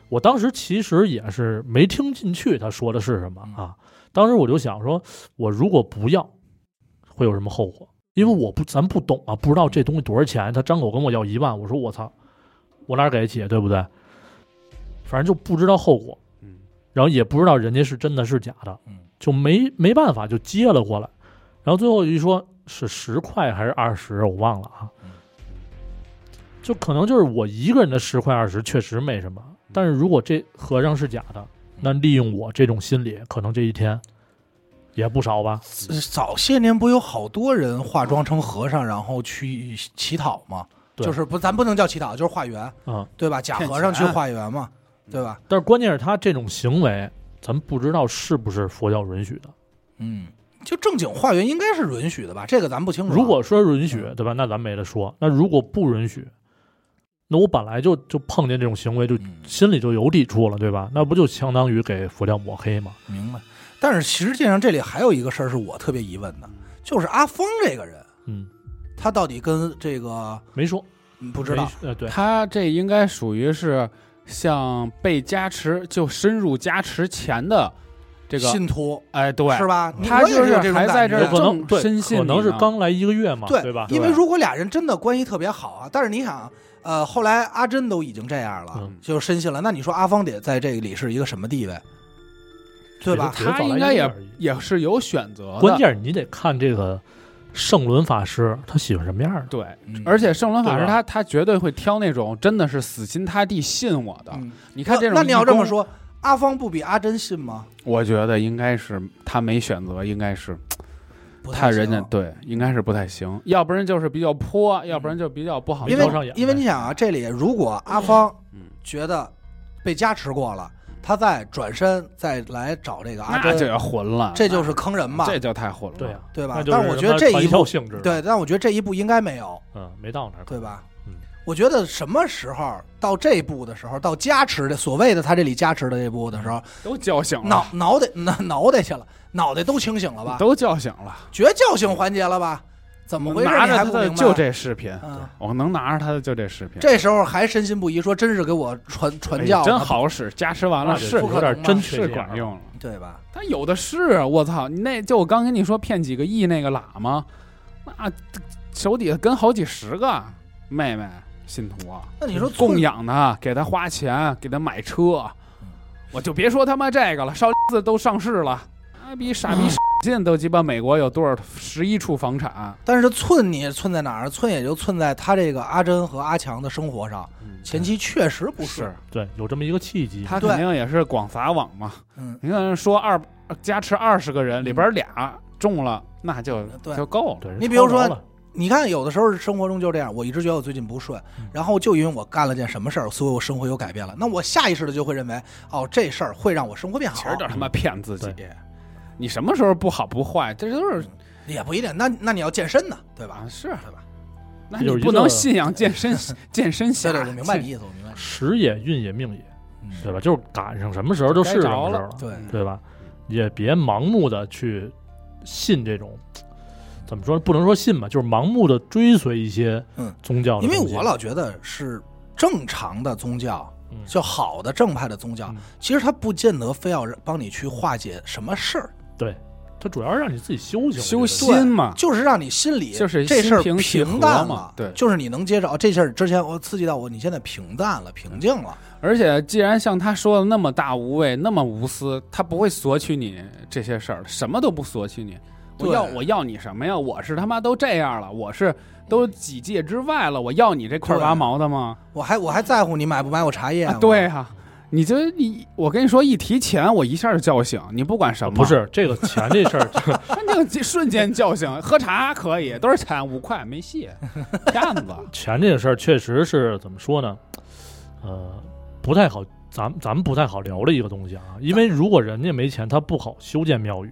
Speaker 3: 我当时其实也是没听进去他说的是什么啊。当时我就想说，我如果不要，会有什么后果？因为我不，咱不懂啊，不知道这东西多少钱。他张口跟我要一万，我说我操，我哪儿给得起，啊对不对？反正就不知道后果。
Speaker 5: 嗯
Speaker 3: 然后也不知道人家是真的是假的
Speaker 1: 嗯，
Speaker 3: 就没没办法就接了过来。然后最后一说是十块还是二十，我忘了啊
Speaker 1: 嗯，
Speaker 3: 就可能就是我一个人的十块二十确实没什么，
Speaker 1: 嗯
Speaker 3: 但是如果这和尚是假的，那利用我这种心理，可能这一天也不少吧。
Speaker 6: 嗯
Speaker 1: 呃早些年不有好多人化妆成和尚，然后去乞讨吗？
Speaker 3: 对
Speaker 1: 就是不，咱不能叫乞讨，就是化缘，
Speaker 3: 啊。
Speaker 1: 对吧？假
Speaker 6: 骗
Speaker 1: 和尚去
Speaker 6: 钱嗯
Speaker 1: 化缘嘛，对吧？
Speaker 3: 但是关键是他这种行为，咱不知道是不是佛教允许的。
Speaker 1: 嗯，就正经化缘应该是允许的吧？这个咱不清楚啊。
Speaker 3: 如果说允许，对吧？那咱没得说。那如果不允许，那我本来就就碰见这种行为，就
Speaker 1: 嗯
Speaker 3: 心里就有抵触了，对吧？那不就相当于给佛教抹黑吗？
Speaker 1: 明白，但是实际上这里还有一个事儿是我特别疑问的，就是阿峰这个人，
Speaker 3: 嗯，
Speaker 1: 他到底跟这个
Speaker 3: 没说，
Speaker 1: 嗯不知道
Speaker 3: 没，呃，对，
Speaker 2: 他这应该属于是像被加持，就深入加持前的这个，
Speaker 1: 信徒
Speaker 2: 哎，对，
Speaker 1: 是吧？你
Speaker 2: 他
Speaker 1: 我也
Speaker 2: 就是是
Speaker 1: 有这种
Speaker 2: 还
Speaker 1: 感
Speaker 2: 在
Speaker 1: 觉
Speaker 2: 这
Speaker 3: 有
Speaker 2: 儿
Speaker 3: 可能
Speaker 2: 正
Speaker 3: 对
Speaker 2: 深，信
Speaker 3: 可能
Speaker 2: 你
Speaker 3: 是
Speaker 2: 呢
Speaker 3: 刚来一个月嘛，
Speaker 1: 对
Speaker 3: 对吧？
Speaker 1: 因为
Speaker 2: 对
Speaker 1: 如果俩人真的关系特别好啊，但是你想，呃，后来阿珍都已经这样了，
Speaker 3: 嗯
Speaker 1: 就深信了，那你说阿芳得在这里是一个什么地位，对吧？
Speaker 3: 只是
Speaker 2: 他
Speaker 3: 早来
Speaker 2: 应
Speaker 3: 一个
Speaker 2: 该
Speaker 3: 月
Speaker 2: 也
Speaker 3: 而已
Speaker 2: 也是有选择的，
Speaker 3: 关键是你得看这个圣伦法师他喜欢什么样的。
Speaker 2: 对。
Speaker 1: 嗯
Speaker 2: 而且圣伦法
Speaker 3: 对
Speaker 2: 师
Speaker 3: 吧
Speaker 2: 他他绝对会挑那种真的是死心塌地信我的。
Speaker 1: 嗯
Speaker 2: 你看这种，
Speaker 1: 那，那你要这么，说，阿芳不比阿珍信吗？
Speaker 2: 我觉得应该是他没选择，应该是
Speaker 1: 不
Speaker 2: 他
Speaker 1: 太啊
Speaker 2: 人家
Speaker 1: 行
Speaker 2: 对，应该是不太行，要不然就是比较泼，要不然就比较不好
Speaker 1: 嗯
Speaker 3: 没
Speaker 1: 因
Speaker 2: 弄。
Speaker 3: 瞄上
Speaker 1: 为
Speaker 3: 眼
Speaker 1: 因为
Speaker 3: 呗
Speaker 1: 你想啊，这里如果阿芳
Speaker 2: 嗯
Speaker 1: 觉得被加持过了，他再转身再来找这个阿
Speaker 2: 那就
Speaker 1: 珍，
Speaker 2: 要混了，
Speaker 1: 这就是坑人吧，
Speaker 2: 这就太混了。
Speaker 3: 对呀，
Speaker 1: 对啊吧
Speaker 3: 那？就
Speaker 1: 但
Speaker 3: 是
Speaker 1: 我
Speaker 3: 什
Speaker 1: 觉得
Speaker 3: 么
Speaker 1: 这
Speaker 3: 传
Speaker 1: 一
Speaker 3: 销
Speaker 1: 步，
Speaker 3: 性质的，
Speaker 1: 对，但我觉得这一步应该没有，
Speaker 3: 嗯，没到那儿，
Speaker 1: 对？吧
Speaker 3: 嗯？
Speaker 1: 我觉得什么时候到这一步的时候，到加持的所谓的他这里加持的这步的时候，
Speaker 2: 都叫醒了
Speaker 1: 脑，脑袋脑 脑袋去了，脑袋都清醒了吧？
Speaker 2: 嗯都叫醒了，
Speaker 1: 绝觉醒环节了吧？怎么回事？
Speaker 2: 拿
Speaker 1: 你
Speaker 2: 着
Speaker 1: 还
Speaker 2: 他
Speaker 1: 不明
Speaker 2: 的
Speaker 1: 白？
Speaker 2: 就这视频，
Speaker 1: 啊，
Speaker 2: 我能拿着他的就这视频，
Speaker 1: 这时候还深信不疑，说真是给我传
Speaker 2: 哎
Speaker 1: 传教呢，
Speaker 2: 真好使，加持完
Speaker 3: 那
Speaker 2: 了
Speaker 3: 得
Speaker 2: 是
Speaker 1: 啊不
Speaker 3: 有
Speaker 1: 可能
Speaker 3: 点
Speaker 1: 嘛
Speaker 3: 真
Speaker 2: 是
Speaker 1: 啊
Speaker 2: 管用了。
Speaker 1: 对吧？
Speaker 2: 他有的是啊，我操！你那就我刚跟你说骗几个亿那个喇嘛，那手底下跟好几十个妹妹信徒啊，
Speaker 1: 那你说村
Speaker 2: 供养他，给他花钱，给他买车，
Speaker 1: 嗯
Speaker 2: 我就别说他妈这个了，烧 子都上市了，妈逼傻
Speaker 1: 嗯
Speaker 2: 逼进都鸡巴美国有多少十一处房产，
Speaker 1: 但是寸你寸在哪儿？寸也就寸在他这个阿珍和阿强的生活上，前期确实不顺。
Speaker 2: 嗯是
Speaker 3: 对，有这么一个契机。
Speaker 2: 他肯定也是广撒网嘛。
Speaker 1: 嗯，
Speaker 2: 你看说二加持二十个人，里边俩中了，那就
Speaker 1: 对
Speaker 2: 就够了。
Speaker 3: 对，
Speaker 1: 你比如
Speaker 3: 超着
Speaker 1: 说
Speaker 3: 了
Speaker 1: 你看有的时候生活中就这样，我一直觉得我最近不顺
Speaker 3: 嗯，
Speaker 1: 然后就因为我干了件什么事儿，所以我生活有改变了。那我下意识的就会认为，哦，这事儿会让我生活变好
Speaker 2: 其实，就是他妈骗自己。你什么时候不好不坏，这都是
Speaker 1: 也不一定。那那你要健身呢，对吧
Speaker 2: 啊？是
Speaker 1: 对吧？
Speaker 2: 那
Speaker 3: 这就
Speaker 2: 你
Speaker 3: 是一
Speaker 2: 不
Speaker 3: 个
Speaker 2: 能信仰 健身健身
Speaker 1: 对
Speaker 2: 侠。
Speaker 1: 对，我明白你意思，我明白你
Speaker 3: 时也运也命也，
Speaker 1: 意思。
Speaker 3: 对吧？就是赶上什么时候就是
Speaker 2: 该
Speaker 3: 什
Speaker 2: 着
Speaker 3: 么时候
Speaker 2: 了
Speaker 3: 了，
Speaker 1: 对，
Speaker 3: 对吧？也别盲目的去信这种，怎么说？不能说信吧，就是盲目的追随一些
Speaker 1: 嗯
Speaker 3: 宗教的
Speaker 1: 因
Speaker 3: 东西。
Speaker 1: 为我老觉得是正常的宗教
Speaker 3: 嗯，
Speaker 1: 就好的正派的宗教
Speaker 3: 嗯，
Speaker 1: 其实它不见得非要帮你去化解什么事儿，
Speaker 3: 它主要是让你自己修行，
Speaker 2: 修
Speaker 3: 我觉得
Speaker 2: 心嘛，
Speaker 1: 就是让你心里
Speaker 2: 就是
Speaker 1: 这事儿
Speaker 2: 心平气和
Speaker 1: 平淡
Speaker 2: 嘛
Speaker 1: 了，
Speaker 2: 对
Speaker 1: 就是你能接受哦这事儿之前我刺激到我，你现在平淡了，平静了，
Speaker 2: 而且既然像他说的那么大无畏，那么无私，他不会索取你这些事儿，什么都不索取你。我
Speaker 1: 对
Speaker 2: 要我要你什么呀？我是他妈都这样了，我是都几界之外了，我要你这块
Speaker 1: 对
Speaker 2: 拔毛的吗？
Speaker 1: 我还我还在乎你买不买我茶叶
Speaker 2: 啊
Speaker 1: 吗，
Speaker 2: 对啊，你就你我跟你说，一提钱我一下就叫醒你，不管什么，
Speaker 3: 啊不是这个钱这事儿，
Speaker 2: 他那个瞬间叫醒，喝茶可以，多少钱？五块，没戏，骗 子。
Speaker 3: 钱这个事儿确实是怎么说呢？呃，不太好，咱咱们不太好聊的一个东西啊。因为如果人家没钱，他不好修建庙宇，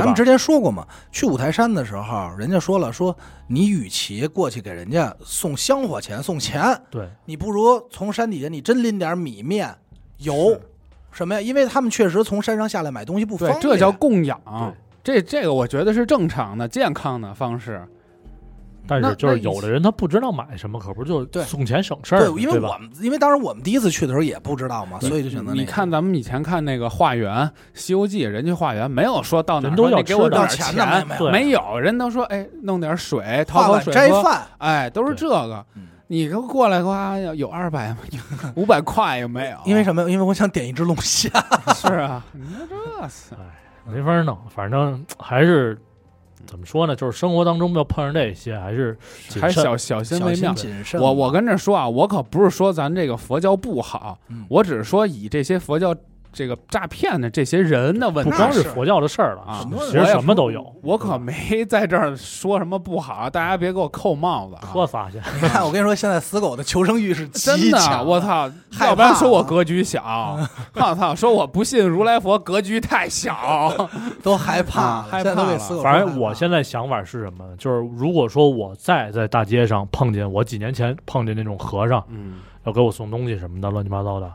Speaker 1: 咱
Speaker 3: 吧
Speaker 1: 们？之前说过嘛，去五台山的时候，人家说了，说你与其过去给人家送香火钱送钱，
Speaker 3: 对，
Speaker 1: 你不如从山底下你真拎点米面油，什么呀？因为他们确实从山上下来买东西不方
Speaker 2: 对，
Speaker 1: 便，
Speaker 2: 这叫供养。这这个我觉得是正常的、健康的方式。
Speaker 3: 但
Speaker 2: 那
Speaker 3: 是就是
Speaker 2: 那以
Speaker 3: 有的人他不知道买什么，可不就
Speaker 1: 对
Speaker 3: 送钱省事儿
Speaker 1: 对
Speaker 3: 嘛，，
Speaker 1: 因为
Speaker 3: 吧
Speaker 1: 我？们因为当时我们第一次去的时候也不知道嘛，所以就选择那个
Speaker 2: 啊你看咱们以前看那个化缘《西游记》，人家化缘没有说到哪儿
Speaker 3: 人都
Speaker 2: 说
Speaker 3: 要
Speaker 2: 你给
Speaker 3: 吃
Speaker 2: 我
Speaker 3: 的
Speaker 2: 点
Speaker 1: 要
Speaker 2: 儿
Speaker 1: 钱的
Speaker 2: 钱，啊
Speaker 1: 没有
Speaker 3: 对
Speaker 2: 没有人都说哎弄点水，讨
Speaker 1: 化
Speaker 2: 口
Speaker 1: 碗
Speaker 2: 水
Speaker 1: 斋
Speaker 2: 喝，
Speaker 1: 饭，
Speaker 2: 哎都是这
Speaker 3: 对
Speaker 2: 个
Speaker 1: 嗯。
Speaker 2: 你给我过来夸有二百吗？ 五百块有没有？
Speaker 1: 因为什么呀？因为我想点一只龙虾，
Speaker 2: 是啊，你说这是
Speaker 3: 没法弄，反正还
Speaker 2: 嗯
Speaker 3: 是怎么说呢？就是生活当中要碰上这些，还是谨
Speaker 2: 还是
Speaker 3: 慎
Speaker 2: 小小心
Speaker 1: 小
Speaker 2: 为
Speaker 1: 心
Speaker 2: 妙。
Speaker 1: 谨慎。
Speaker 2: 我我跟这说啊，我可不是说咱这个佛教不好，
Speaker 1: 嗯
Speaker 2: 我只是说以这些佛教这个诈骗的这些人的问
Speaker 3: 不
Speaker 2: 题。
Speaker 3: 光是
Speaker 1: 是
Speaker 3: 佛教的事儿了
Speaker 2: 啊
Speaker 1: 什么
Speaker 3: 其实什么都有，
Speaker 2: 我可没在这儿说什么不好啊，大家别给我扣帽子啊！
Speaker 3: 喝仨去。
Speaker 1: 你 看，我跟你说，现在死狗的求生欲是
Speaker 2: 真
Speaker 1: 极
Speaker 2: 的，啊
Speaker 3: 啊
Speaker 1: 强。啊
Speaker 2: 我操！
Speaker 1: 害怕
Speaker 2: 要不然说我格局小，我操！说我不信如来佛，格局太 小。
Speaker 1: 都害怕
Speaker 2: 啊
Speaker 1: 了，
Speaker 2: 害
Speaker 1: 现在都
Speaker 2: 怕
Speaker 1: 给
Speaker 2: 了
Speaker 1: 死狗说害怕
Speaker 3: 反
Speaker 1: 了。
Speaker 2: 啊
Speaker 3: 正我现在想法是什么呢？就是如果说我再在大街上碰见我几年前碰见那种和尚
Speaker 2: 嗯，
Speaker 3: 要给我送东西什么的，乱七八糟的，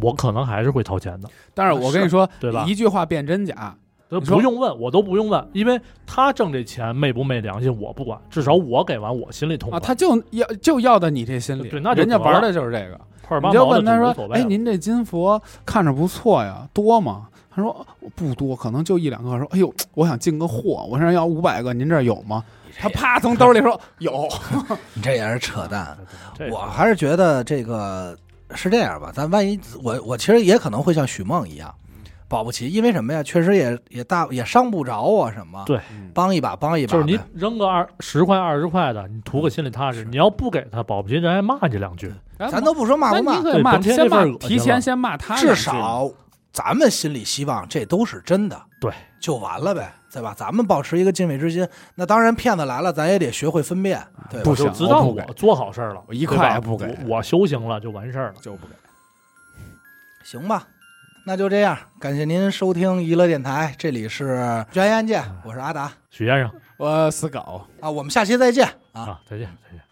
Speaker 3: 我可能还是会掏钱的，
Speaker 2: 但是我跟你说，
Speaker 3: 对吧
Speaker 2: 一句话辨真假，
Speaker 3: 都
Speaker 2: 你说
Speaker 3: 不用问，我都不用问，因为他挣这钱昧不昧良心我不管，至少我给完我心里痛快。
Speaker 2: 啊，他就要就要的你这心理，
Speaker 3: 对那就
Speaker 2: 人家
Speaker 3: 得了
Speaker 2: 玩的就是这个。
Speaker 3: 块儿
Speaker 2: 你
Speaker 3: 八
Speaker 2: 就
Speaker 3: 毛的
Speaker 2: 问他
Speaker 3: 就无
Speaker 2: 说
Speaker 3: 所：“谓
Speaker 2: 哎，
Speaker 3: 了
Speaker 2: 您这金佛看着不错呀，多吗？”他说：“不多，可能就一两个。”说：“哎呦，我想进个货，我身上要五百个，您这儿有吗？”他
Speaker 1: 哎
Speaker 2: 啪从兜里说：“有。
Speaker 1: 你这也是扯淡。
Speaker 3: 哎这
Speaker 1: 我还是觉得这个是这样吧，咱万一我我其实也可能会像许梦一样，保不齐，因为什么呀？确实也也大也伤不着啊，什么
Speaker 3: 对
Speaker 1: 帮一把帮一把
Speaker 3: 就
Speaker 1: 呗，
Speaker 3: 是你扔个二十块二十块的，你图个心里踏实。你要不给他，保不齐人还骂你两句。”
Speaker 1: 咱都不说骂
Speaker 2: 那
Speaker 1: 不骂
Speaker 2: 你，可
Speaker 3: 对
Speaker 2: 骂，
Speaker 3: 甭贴
Speaker 2: 先
Speaker 3: 这份
Speaker 2: 骂
Speaker 3: 儿恶，心
Speaker 2: 提前
Speaker 3: 了
Speaker 2: 先骂他两句，
Speaker 1: 至少咱们心里希望这都是真的，
Speaker 3: 对，
Speaker 1: 就完了呗，对吧？咱们保持一个敬畏之心。那当然，骗子来了，咱也得学会分辨，对吧
Speaker 2: 不
Speaker 3: 我
Speaker 2: 行
Speaker 3: 就知道
Speaker 2: 我不
Speaker 3: 我
Speaker 2: 给
Speaker 3: 做好事儿了，
Speaker 2: 我一
Speaker 3: 对
Speaker 2: 块
Speaker 3: 吧
Speaker 2: 也不给
Speaker 3: 我我修行了就完事儿了。
Speaker 2: 就不给。
Speaker 1: 行吧，那就这样，感谢您收听娱乐电台，这里是悬疑案件，我是阿达
Speaker 3: 许先生
Speaker 2: 我死狗。
Speaker 1: 啊，我们下期再见啊。
Speaker 3: 啊，再见再见。